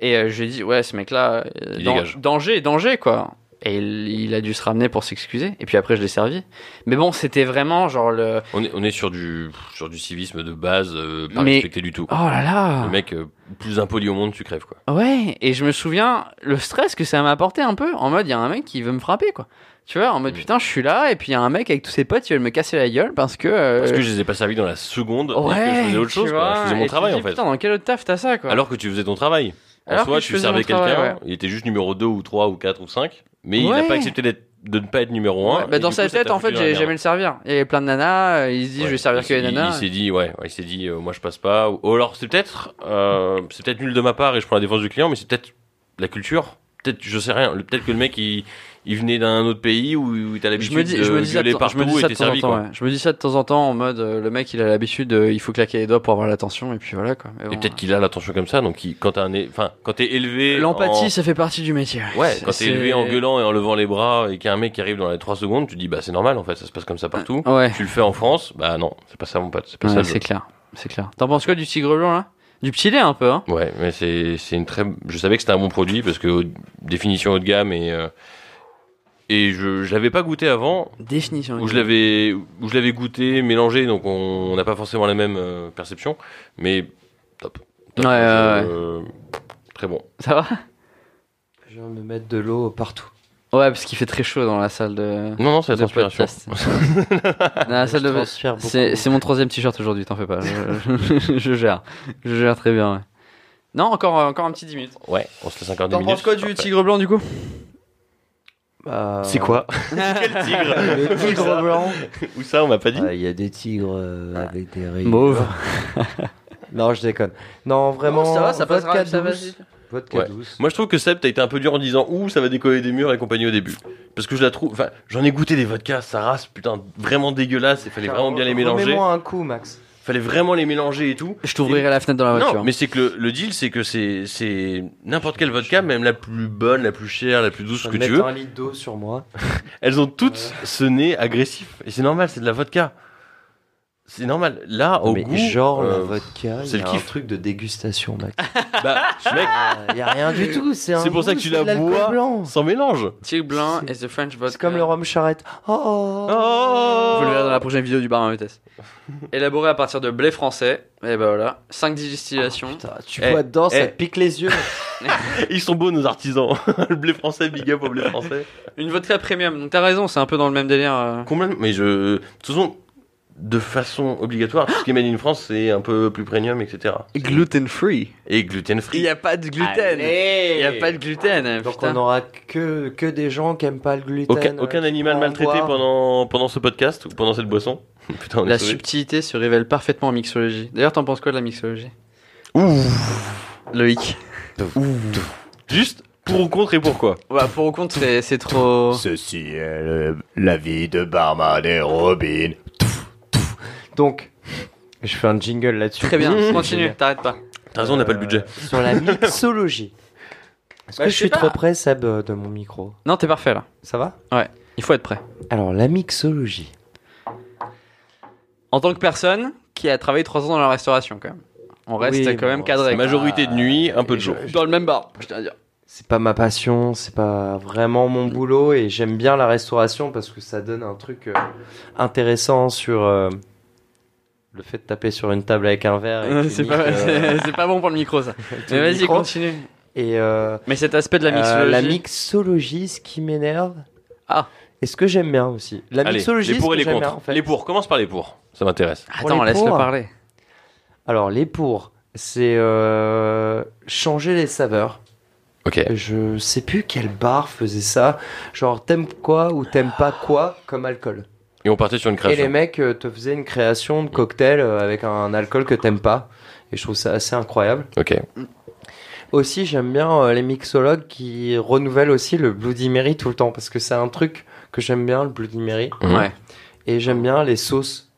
S1: Et euh, je lui ai dit ouais, ce mec là,
S2: Il dégage.
S1: danger, danger quoi. et il, il a dû se ramener pour s'excuser. Et puis après, je l'ai servi. Mais bon, c'était vraiment genre le.
S2: On est, on est sur, du, sur du civisme de base, euh, pas
S1: Mais-
S2: respecté du tout.
S1: Oh
S2: quoi.
S1: là là
S2: Le mec, euh, plus impoli au monde, tu crèves quoi.
S1: Ouais, et je me souviens le stress que ça m'a apporté un peu. En mode, il y a un mec qui veut me frapper, quoi. Tu vois, en mode
S2: Mm.
S1: putain, je suis là, et puis il y a un mec avec tous ses potes qui veulent me casser la gueule parce que. euh,
S2: Parce que je les ai pas servis dans la seconde et que je
S1: Ouais,
S2: faisais autre
S1: tu
S2: chose. quoi.
S1: vois,
S2: Je faisais
S1: et
S2: mon
S1: tu
S2: travail
S1: te
S2: en
S1: dis,
S2: fait.
S1: Putain, dans quel autre taf t'as ça, quoi
S2: Alors que tu faisais ton travail. En
S1: Alors
S2: soi,
S1: que je
S2: tu
S1: faisais
S2: servais
S1: mon travail,
S2: quelqu'un,
S1: ouais.
S2: il était juste numéro 2 ou 3 ou 4 ou 5, mais il n'a
S1: Ouais.
S2: pas accepté d'être- de ne pas être numéro 1.
S1: Ouais, bah, dans sa tête, en fait, j'ai jamais le servir. Il y avait plein de nanas, euh, il se dit, je vais servir que les
S2: Il
S1: nanas.
S2: s'est dit, ouais, ouais, il s'est dit, euh, moi je passe pas. Ou, ou alors c'est peut-être, euh, c'est peut-être nul de ma part et je prends la défense du client, mais c'est peut-être la culture. Peut-être, je sais rien. Le- Peut-être que le mec il, il venait d'un autre pays où, où t'as
S1: Je
S2: l'habitude
S1: me dis, je
S2: de
S1: me dis ça, de
S2: gueuler
S1: temps- je me
S2: partout
S1: dis
S2: et
S1: ça de
S2: t'es
S1: temps en
S2: servi
S1: temps.
S2: quoi.
S1: ouais. Je me dis ça de temps en temps en mode euh, le mec il a l'habitude, euh, il faut claquer les doigts pour avoir l'attention et puis voilà quoi. Mais
S2: Et
S1: bon, hein.
S2: peut-être qu'il a l'attention comme ça, donc il- quand t'as un, é- enfin, quand t'es élevé,
S1: L'empathie,
S2: en-
S1: ça fait partie du métier.
S2: Ouais,
S1: C'est-
S2: quand t'es élevé
S1: c'est-
S2: en gueulant et en levant les bras et qu'il y a un mec qui arrive dans les 3 secondes, tu te dis bah c'est normal en fait, ça se passe comme ça partout.
S1: Ah, Ouais,
S2: Tu le fais en France, bah non, c'est pas ça mon pote, c'est pas
S1: Ouais,
S2: ça. le
S1: c'est
S2: jeu.
S1: clair, c'est clair. T'en penses quoi du tigre blanc là Du petit lait un peu, hein
S2: Ouais, mais c'est c'est une très je savais que c'était un bon produit parce que au- définition haut de gamme et euh, et je je l'avais pas goûté avant
S1: Définition.
S2: où je l'avais où je l'avais goûté mélangé donc on on n'a pas forcément la même euh, perception mais top. Top.
S1: Ouais, ouais,
S2: Euh, très bon.
S1: Ça va
S3: Je viens de me mettre de l'eau partout.
S1: Ouais, parce qu'il fait très chaud dans la salle de.
S2: Non non, c'est la
S1: de
S2: transpiration.
S1: podcast.
S3: Ah.
S1: Dans la salle de.
S3: transfère beaucoup.
S1: C'est c'est mon troisième t-shirt aujourd'hui, t'en fais pas. Je, je- je gère. Je gère très bien, ouais. Non, encore, euh, encore un petit 10 minutes.
S2: Ouais, on se laisse encore 10
S1: T'en
S2: minutes.
S1: penses quoi
S2: c'est
S1: du
S2: parfait.
S1: tigre blanc du coup
S3: Bah, euh,
S2: C'est quoi Quel
S3: Le
S2: tigre
S3: tigre blanc.
S2: Ou ça, on m'a pas dit.
S3: Il y a des tigres euh, avec des rayures.
S1: Mauve.
S3: Non, je déconne. Non, vraiment.
S1: Non, ça va, ça
S3: vodka
S1: passera, ça va
S3: douce.
S1: vite.
S3: Vodka
S2: Ouais.
S3: douce.
S2: Moi, je trouve que Seb, t'as été un peu dur en disant Ouh, ça va décoller des murs et compagnie au début. Parce que je la trouve. Enfin, j'en ai goûté des vodkas, ça race, putain, vraiment dégueulasse. Il fallait vraiment bien les mélanger.
S3: Remets-moi un coup, Max.
S2: Fallait vraiment les mélanger et tout.
S1: Je t'ouvrirai la fenêtre dans
S3: Ah
S1: la voiture.
S2: Non, mais c'est que le, le deal, c'est que c'est c'est n'importe quelle vodka, même la plus bonne, la plus chère, la plus douce, ce
S3: Je
S2: que
S3: vais
S2: tu
S3: mettre
S2: veux.
S3: un litre d'eau sur moi.
S2: Elles ont toutes ce nez agressif. Et c'est normal, c'est de la vodka. C'est normal. Là, Ah, au
S3: Mais
S2: goût.
S3: genre la
S2: euh,
S3: vodka,
S2: c'est
S3: c'est
S2: le
S3: le
S2: kiff.
S3: truc de dégustation, Max.
S2: bah, mec,
S3: Il y a rien du tout, c'est un
S2: C'est pour ça
S3: goût,
S2: que tu
S3: c'est de
S2: la
S3: l'alcool
S2: bois.
S3: blanc.
S2: sans mélange.
S1: Tigre blanc
S3: C'est-
S1: et the French vodka.
S3: C'est comme le rhum charrette. Oh,
S2: Oh
S1: Vous le verrez dans la prochaine vidéo du bar à vitesse. Élaboré à partir de blé français. Et ben voilà. 5 distillations.
S3: Putain, tu
S2: Eh,
S3: bois dedans,
S2: eh.
S3: ça te pique les yeux.
S2: Ils sont beaux nos artisans. le blé français, big up au blé français.
S1: Une vodka premium. Donc t'as raison, c'est un peu dans le même délire. euh.
S2: Complètement. Mais je. De toute façon, de façon obligatoire, tout ce qui est made in France, c'est un peu plus premium, etc.
S1: Gluten free.
S2: Et gluten
S1: Il
S2: free.
S1: n'y a pas de gluten. Il n'y a pas de gluten. hein,
S3: Donc
S1: putain.
S3: on aura que, que des gens qui aiment pas le gluten. euh,
S2: Aucun, aucun
S3: qui
S2: animal
S3: pourront
S2: maltraité
S3: boire.
S2: pendant, pendant ce podcast ou pendant cette boisson. Putain, on
S1: La
S2: est sauvés.
S1: subtilité se révèle parfaitement en mixologie. D'ailleurs, t'en penses quoi de la mixologie
S2: Ouh.
S1: Loïc.
S2: Juste pour ou contre et pourquoi
S1: Bah, pour au compte, c'est c'est trop.
S5: Ceci est le- la vie de Barman et Robin.
S3: Donc, je fais un jingle là-dessus.
S1: Très bien,
S2: Mmh.
S1: continue, t'arrêtes pas.
S2: T'as raison, on n'a pas le budget.
S3: Euh, Sur la mixologie. Est-ce
S1: Bah,
S3: que
S1: je
S3: je
S1: sais
S3: suis
S1: pas.
S3: trop près, Seb, euh, de mon micro
S1: Non, t'es parfait là.
S3: Ça va
S1: Il faut être prêt.
S3: Alors, la mixologie.
S1: En tant que personne qui a travaillé 3 ans dans la restauration, quand même. On reste
S3: Oui,
S1: quand même
S3: bon,
S1: cadré.
S3: c'est
S1: quoi.
S2: Majorité de nuit, un peu de
S3: Et
S2: jour.
S3: je-
S1: Dans le même bar, je tiens à dire.
S3: C'est pas ma passion, c'est pas vraiment mon boulot et j'aime bien la restauration parce que ça donne un truc euh, intéressant sur euh, le fait de taper sur une table avec un verre. et que tu
S1: C'est pas,
S3: niques, euh,
S1: c'est pas bon pour le micro ça.
S3: tout
S1: Mais
S3: le
S1: vas-y,
S3: micro.
S1: continue.
S3: Et euh,
S1: Mais cet aspect de la
S3: euh,
S1: mixologie.
S3: la mixologie, ce qui m'énerve.
S1: Ah.
S3: Et ce que j'aime bien aussi. La
S2: Allez,
S3: mixologie,
S2: les pour et
S3: ce que
S2: les
S3: j'aime
S2: contre.
S3: bien, en fait.
S2: Les pour, commence par les pour. Ça m'intéresse.
S1: Attends,
S3: Pour les
S1: laisse-le
S3: pauvres.
S1: parler.
S3: Alors, les pour, c'est euh, changer les saveurs.
S2: Ok.
S3: Je sais plus quel bar faisait ça. Genre, t'aimes quoi ou t'aimes pas quoi comme alcool.
S2: Et on partait sur une
S3: Et les
S2: création.
S3: mecs euh, te faisaient une création de cocktail euh, avec un alcool que t'aimes pas. Et je trouve ça assez incroyable.
S2: Ok.
S3: Aussi, j'aime bien euh, les mixologues qui renouvellent aussi le Bloody Mary tout le temps. Parce que c'est un truc que j'aime bien, le Bloody Mary.
S2: Mhm.
S1: Ouais.
S3: Et j'aime bien les sauces.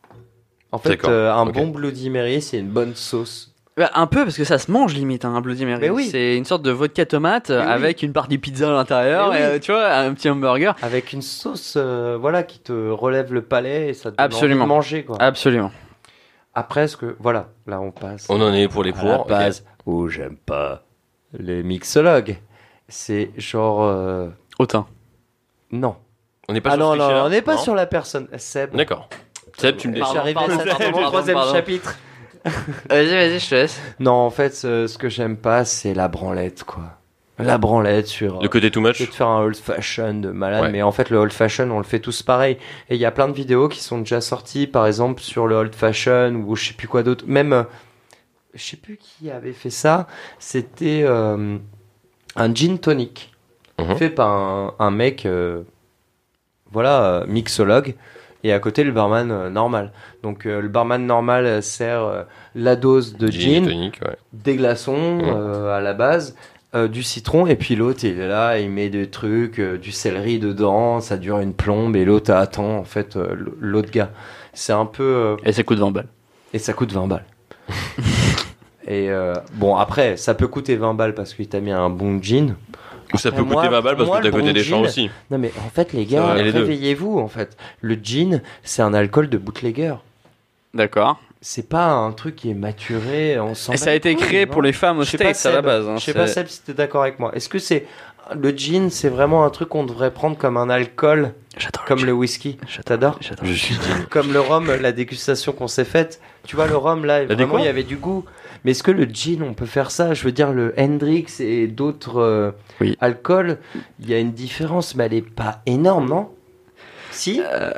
S3: En fait,
S2: D'accord.
S3: euh, un
S2: Ok.
S3: bon Bloody Mary, c'est une bonne sauce.
S1: Bah, un peu parce que ça se mange limite hein, un Bloody Mary.
S3: Mais oui.
S1: C'est une sorte de vodka tomate euh,
S3: Mais oui.
S1: avec une part du pizza à l'intérieur
S3: Mais
S1: et,
S3: oui.
S1: euh, tu vois un petit hamburger.
S3: Avec une sauce euh, voilà, qui te relève le palais et ça te donne envie
S1: Absolument.
S3: de manger. Quoi.
S1: Absolument.
S3: Après, ce que. Voilà, là, on passe.
S2: On en est pour les
S3: À
S2: pour.
S3: la
S2: ok.
S3: base,
S5: Ou j'aime pas.
S3: le mixologue, c'est genre euh,
S1: Autant.
S3: Non.
S2: On n'est pas
S3: Ah
S2: sur
S3: non,
S2: ce
S3: non,
S2: cliché-là,
S3: on n'est pas
S2: non
S3: sur la personne. Eh, Seb.
S2: D'accord. Seb, tu me
S3: Je
S2: déchires.
S3: suis arrivé
S1: pardon,
S3: au
S1: pardon, pardon,
S3: troisième
S1: pardon.
S3: chapitre.
S1: Vas-y, vas-y, je te laisse.
S3: Non, en fait, ce, ce que j'aime pas, c'est la branlette, quoi. La branlette sur.
S2: Le côté too
S3: que de
S2: much.
S3: faire un old fashion de malade,
S2: Ouais.
S3: mais en fait le old fashion on le fait tous pareil. Et il y a plein de vidéos qui sont déjà sorties, par exemple sur le old fashion ou je sais plus quoi d'autre. Même, euh, je sais plus qui avait fait ça, c'était euh, un gin tonic
S2: Mhm.
S3: fait par un, un mec, euh, voilà, euh, mixologue. Et à côté, le barman euh, normal. Donc, euh, le barman normal euh, sert euh, la dose de
S2: Gin et
S3: gin,
S2: tonic, ouais.
S3: des glaçons
S1: Mmh.
S2: Mhm.
S3: euh, à la base, euh, du citron, et puis l'autre il est là, il met des trucs, euh, du céleri dedans, ça dure une plombe, et l'autre attend en fait euh, l- l'autre gars. C'est un peu. euh,
S1: Et ça coûte 20 balles.
S3: et ça coûte 20 balles. et euh, bon, après, ça peut coûter 20 balles parce qu'il t'a mis un bon jean.
S2: Ou ça peut
S3: Après, moi-
S2: coûter 20 balles parce
S3: moi,
S2: que t'es à
S3: le
S2: côté des
S3: bon
S2: champs
S3: gin,
S2: aussi.
S3: Non mais en fait, les gars,
S2: vrai, les deux.
S3: réveillez-vous en fait. Le jean, c'est un alcool de bootlegger.
S1: D'accord.
S3: C'est pas un truc qui est maturé, on s'en
S1: Et
S3: bat
S1: ça a
S3: les
S1: été
S3: couilles,
S1: créé
S3: non
S1: pour les femmes aux
S3: Je sais pas,
S1: States à la
S3: Seb.
S1: base. hein,
S3: Je sais pas
S1: c'est-
S3: Seb si t'es d'accord avec moi. Est-ce que c'est le gin, c'est vraiment un truc qu'on devrait prendre comme un alcool,
S1: J'adore
S3: comme le whisky T'adores
S1: J'adore. Je suis
S3: Comme le rhum, la dégustation qu'on s'est faite. Tu vois, le rhum là,
S2: des
S3: vraiment
S2: quoi
S3: il y avait du goût. Mais est-ce que le gin, on peut faire ça Je veux dire, le Hendrix et d'autres euh,
S1: Oui.
S3: alcools, il y a une différence, mais elle est pas énorme, non Si
S1: Euh,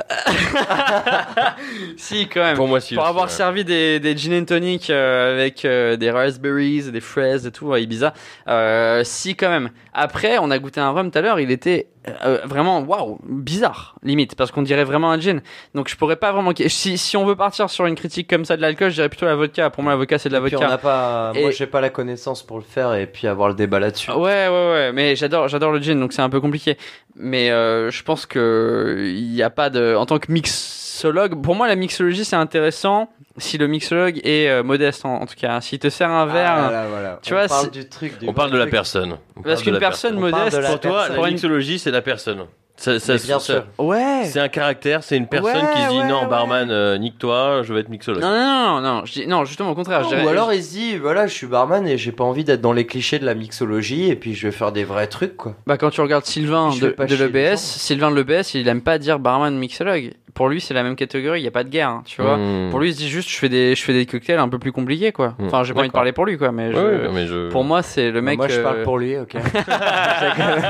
S1: Si, quand même.
S2: Pour moi, si.
S1: Pour
S2: aussi,
S1: avoir
S2: ouais.
S1: servi des, des gin and tonic euh, avec euh, des raspberries, et des fraises et tout à Ibiza, euh, si quand même. Après, on a goûté un rhum tout à l'heure, il était euh, vraiment waouh, bizarre limite, parce qu'on dirait vraiment un gin. Donc je pourrais pas vraiment. Si, si on veut partir sur une critique comme ça de l'alcool, je dirais plutôt la vodka. Pour moi, la vodka c'est de la
S3: Puis
S1: vodka.
S3: on n'a pas, moi
S1: Et- Ah
S3: j'ai pas la connaissance pour le faire et puis avoir le débat là-dessus.
S1: Ouais, ouais, ouais, mais j'adore, j'adore le gin, donc c'est un peu compliqué. Mais euh, je pense que il n'y a pas de, en tant que mixologue, pour moi la mixologie c'est intéressant si le mixologue est euh, modeste en, en tout cas, s'il te sert un verre.
S3: Ah, là, voilà.
S1: Tu
S3: On
S1: vois,
S3: parle
S1: c'est-
S3: du truc. du
S2: On parle de la
S3: truc.
S2: personne. On parle
S1: Parce
S2: de
S1: qu'une
S2: la
S1: personne
S3: On parle
S1: modeste,
S3: de la
S2: Pour toi,
S3: personne.
S2: la mixologie, c'est la personne. Ça, ça-
S3: Mais bien
S2: ça-
S3: sûr.
S1: ouais.
S2: C'est un caractère, c'est une personne
S1: Ouais,
S2: qui se dit
S1: ouais,
S2: non,
S1: ouais.
S2: barman, euh, nique-toi, je vais être mixologue.
S1: Non, non, non, non, je dis- non, justement au contraire. je dirais-
S3: ou alors il se dit voilà je suis barman et j'ai pas envie d'être dans les clichés de la mixologie et puis je vais faire des vrais trucs quoi.
S1: bah quand tu regardes Sylvain
S3: Je vais
S1: de,
S3: pas
S1: de
S3: chier les gens.
S1: l'EBS, Sylvain de l'EBS, il aime pas dire barman mixologue. Pour lui, c'est la même catégorie, il y a pas de guerre, hein, tu vois.
S3: Mm.
S2: Hmm.
S1: Pour lui, il se dit juste je fais des je fais des cocktails un peu plus compliqués quoi.
S2: Mm.
S1: Enfin, j'ai pas envie de
S2: D'accord.
S1: parler pour lui quoi, mais,
S2: Ouais,
S1: je-
S2: ouais, mais je...
S1: pour moi, c'est le mec
S3: Euh, bah, Moi je
S1: euh,
S3: parle pour lui ok.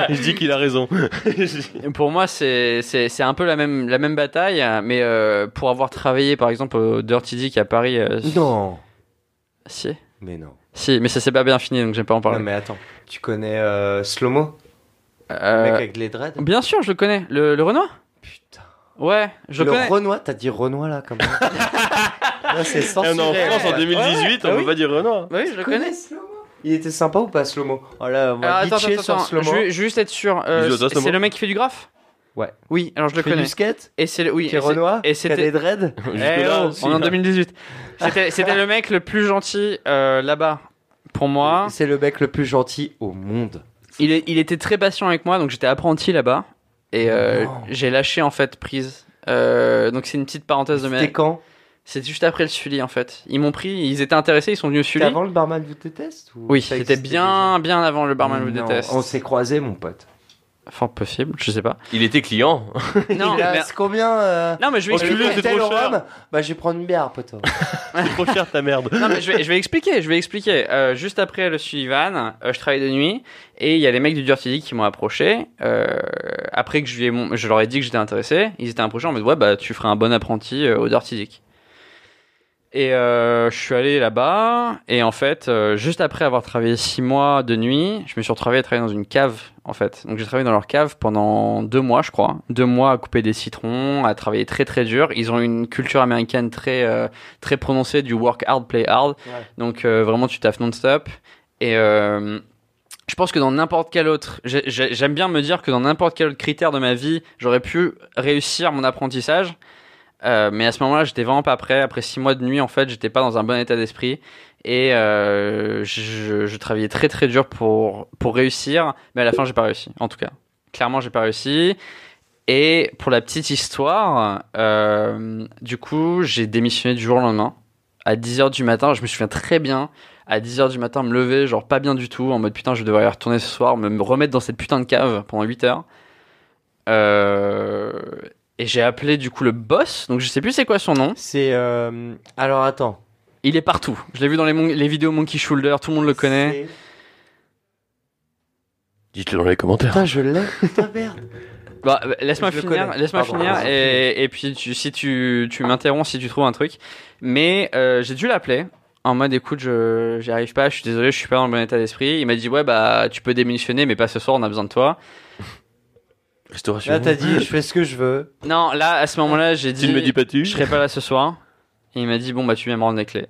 S2: je dis qu'il a raison.
S1: Pour moi, c'est c'est- c'est un peu la même, la même bataille, hein, mais euh, pour avoir travaillé par exemple au Dirty Dick à Paris. euh,
S3: non
S1: Si.
S3: mais non.
S1: Si, mais ça s'est pas bien fini donc j'aime pas en
S3: Non
S1: parler.
S3: mais attends tu connais euh, Slomo
S1: Euh,
S3: mec avec les dreads.
S1: Bien sûr, je le connais. Le, le Renoir
S3: Putain.
S1: Ouais, je
S3: le
S1: le connais.
S3: Renoir t'as dit Renoir là comme. Là, c'est
S1: Eh
S2: Ah
S3: censuré.
S2: non, en France, en 2018, on
S3: Ah
S2: peut
S3: oui.
S2: pas dire euh, Renoir.
S1: Bah oui, je le
S3: Tu
S1: connais.
S3: connais Slomo Il était sympa ou pas Slomo Oh là
S1: Alors,
S3: on va
S1: attends,
S3: bitcher
S1: attends,
S3: sur
S1: attends,
S3: Slomo.
S1: je veux je veux juste être sûr. euh,
S2: Bisous à toi,
S1: c'est
S2: Slomo.
S1: le mec qui fait du graphe
S3: Ouais.
S1: Oui, alors je le
S3: Qui fait
S1: connais.
S3: du skate
S1: Et c'est le. Oui,
S3: qui est
S1: et c'est-
S3: Renoir
S1: et
S3: qui a les
S1: c'était.
S3: dreads.
S2: Jusque-là,
S1: Eh oh,
S2: si.
S1: on est en 2018. C'était c'était le mec le plus gentil euh, là-bas pour moi.
S3: C'est le mec le plus gentil au monde.
S1: Il, est- il était très patient avec moi, donc j'étais apprenti là-bas. Et euh,
S3: Oh, Non.
S1: j'ai lâché en fait prise. Euh, donc c'est une petite parenthèse de ma...
S3: C'était quand
S1: C'est juste après le Sully en fait. Ils m'ont pris, ils étaient intéressés, ils sont venus au
S3: C'était
S1: Sully.
S3: avant le barman vous déteste ou
S1: Oui,
S3: ça
S1: c'était
S3: existait
S1: bien, bien avant le barman vous
S3: Non,
S1: déteste.
S3: On s'est croisés, mon pote.
S1: Fort possible, je sais pas.
S2: Il était client.
S1: Non,
S3: Il a-
S1: mais...
S3: c'est combien euh,
S1: non mais je vais
S2: Enculé,
S1: expliquer.
S2: c'est trop
S3: tel
S2: cher.
S3: rhum Bah, je vais prendre une bière, pote.
S2: C'est trop cher ta merde.
S1: Non, mais je vais, je vais expliquer, je vais expliquer. Euh, juste après le Sullivan, euh, je travaillais de nuit et il y a les mecs du Dirty Dick qui m'ont approché. Euh, après que je, lui ai mon- je leur ai dit que j'étais intéressé, ils étaient approchés en mode ouais bah tu feras un bon apprenti euh, au Dirty Dick. Et euh, je suis allé là-bas et en fait euh, juste après avoir travaillé six mois de nuit, je me suis retrouvé à travailler dans une cave en fait. Donc j'ai travaillé dans leur cave pendant deux mois je crois, deux mois à couper des citrons, à travailler très très dur. Ils ont une culture américaine très euh, très prononcée du work hard play hard. Donc euh, vraiment, tu taffes non-stop. Et euh, je pense que dans n'importe quel autre, j'ai- j'ai- j'aime bien me dire que dans n'importe quel autre critère de ma vie, j'aurais pu réussir mon apprentissage. Euh, mais à ce moment-là, j'étais vraiment pas prêt. Après six mois de nuit, en fait, j'étais pas dans un bon état d'esprit. Et euh, je, je travaillais très très dur pour, pour réussir. Mais à la fin, j'ai pas réussi, en tout cas. Clairement, j'ai pas réussi. Et pour la petite histoire, euh, du coup, j'ai démissionné du jour au lendemain à 10h du matin, je me souviens très bien, à 10h du matin, me lever, genre pas bien du tout, en mode putain, je devrais y retourner ce soir, me me remettre dans cette putain de cave pendant 8 heures. Euh, et j'ai appelé du coup le boss, donc je sais plus c'est quoi son nom.
S3: C'est. euh, alors attends.
S1: Il est partout. Je l'ai vu dans les, mon- les vidéos Monkey Shoulder, tout le monde le connaît.
S3: C'est-
S2: Dites-le dans les commentaires.
S3: Putain, je l'ai. Putain, merde.
S1: Bah, bah, laisse-moi
S3: Je le
S1: finir,
S3: connais.
S1: laisse-moi
S3: Pardon,
S1: finir,
S3: vas-y.
S1: et, et puis tu, si tu, tu m'interromps si tu trouves un truc. Mais euh, j'ai dû l'appeler en mode écoute, je j'y arrive pas, je suis désolé, je suis pas dans le bon état d'esprit. Il m'a dit ouais bah tu peux démissionner, mais pas ce soir, on a besoin de toi.
S2: Restauration.
S3: Là, t'as dit, je fais ce que je veux.
S1: Non, là à ce moment-là j'ai dit
S2: S'il me dit pas tu.
S1: je serai pas là ce soir. Et il m'a dit bon bah tu viens me rendre les clés.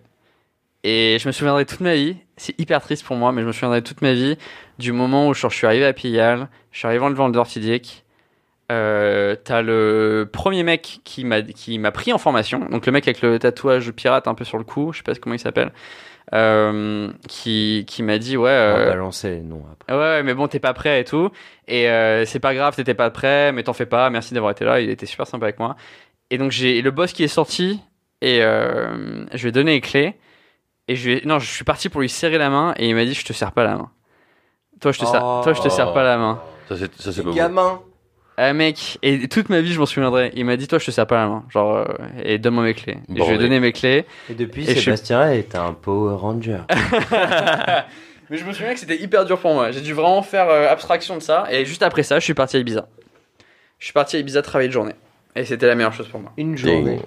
S1: Et je me souviendrai toute ma vie, c'est hyper triste pour moi, mais je me souviendrai toute ma vie du moment où genre, je suis arrivé à Pigalle, je suis arrivé en devant le d'Ortidiec. Euh, t'as le premier mec qui m'a qui m'a pris en formation, donc le mec avec le tatouage pirate un peu sur le cou, je sais pas comment il s'appelle, euh, qui qui m'a dit ouais.
S3: On
S1: euh,
S3: va lancer les noms après.
S1: Ouais, ouais, mais bon, t'es pas prêt et tout. Et euh, c'est pas grave, t'étais pas prêt, mais t'en fais pas. Merci d'avoir été là. Il était super sympa avec moi. Et donc, j'ai le boss qui est sorti et euh, je lui ai donné les clés. Et je lui ai- non, je suis parti pour lui serrer la main et il m'a dit Je te serre pas la main. Toi, je te, serre-
S3: Oh.
S1: Toi, je te serre pas la main.
S2: Ça c'est ça c'est pas
S3: Les
S2: beau.
S3: gamins.
S1: Ah, mec, et toute ma vie, je m'en souviendrai. Il m'a dit Toi, je te serre pas la main. Genre, euh, et donne-moi mes clés. Et je lui ai
S2: Bordel.
S1: donné mes clés.
S3: Et depuis,
S1: Et je-
S3: Sébastien est un Power Ranger.
S1: Mais je me souviens que c'était hyper dur pour moi. J'ai dû vraiment faire euh, abstraction de ça. Et juste après ça, je suis parti à Ibiza. Je suis parti à Ibiza travailler de journée. Et c'était la meilleure chose pour moi.
S3: Une journée.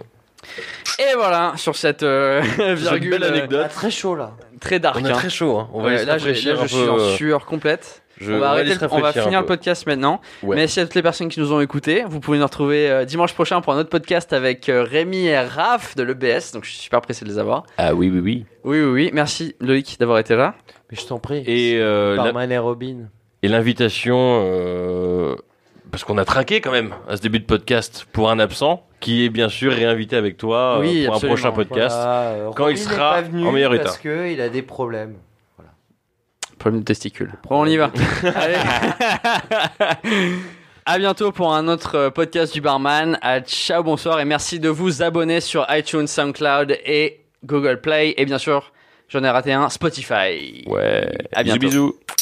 S1: Et voilà, sur cette euh,
S2: C'est
S1: virgule
S2: une belle
S1: euh,
S2: anecdote.
S3: Ah, très chaud là.
S1: très dark.
S2: On est
S1: hein.
S2: très chaud. hein. On va
S1: Ouais,
S2: aller se
S1: là, je,
S2: rafraîchir
S1: là, je
S2: un
S1: suis
S2: peu,
S1: en
S2: euh,
S1: sueur complète.
S2: je-
S1: on va, arrêter le-
S2: aller se
S1: on va
S2: rafraîchir un
S1: finir le
S2: peu.
S1: podcast maintenant.
S2: Ouais.
S1: Merci à toutes les personnes qui nous ont écoutés. Vous pouvez nous retrouver euh, dimanche prochain pour un autre podcast avec euh, Rémi et Raph de l'EBS. Donc je suis super pressé de les avoir.
S2: Ah oui oui oui.
S1: Oui, oui, oui. Merci Loïc d'avoir été là.
S3: Mais je t'en prie.
S2: Et euh, la-
S3: Barman et Robin.
S2: Et l'invitation, euh, parce qu'on a trinqué quand même à ce début de podcast pour un absent, qui est bien sûr réinvité avec toi
S1: Oui,
S2: euh, pour un
S1: absolument,
S2: prochain
S1: voilà.
S2: podcast.
S3: Voilà, euh,
S2: quand
S3: Robin
S2: il
S3: n'est
S2: sera
S3: pas venu
S2: en meilleur
S3: Parce
S2: état.
S3: qu'il a des problèmes.
S1: Problème de testicule. Bon, on y va. Allez. à bientôt pour un autre euh, podcast du barman. À ciao, bonsoir et merci de vous abonner sur iTunes, SoundCloud et Google Play et bien sûr, j'en ai raté un, Spotify.
S2: Ouais.
S1: À bientôt.
S2: Bisous bisous.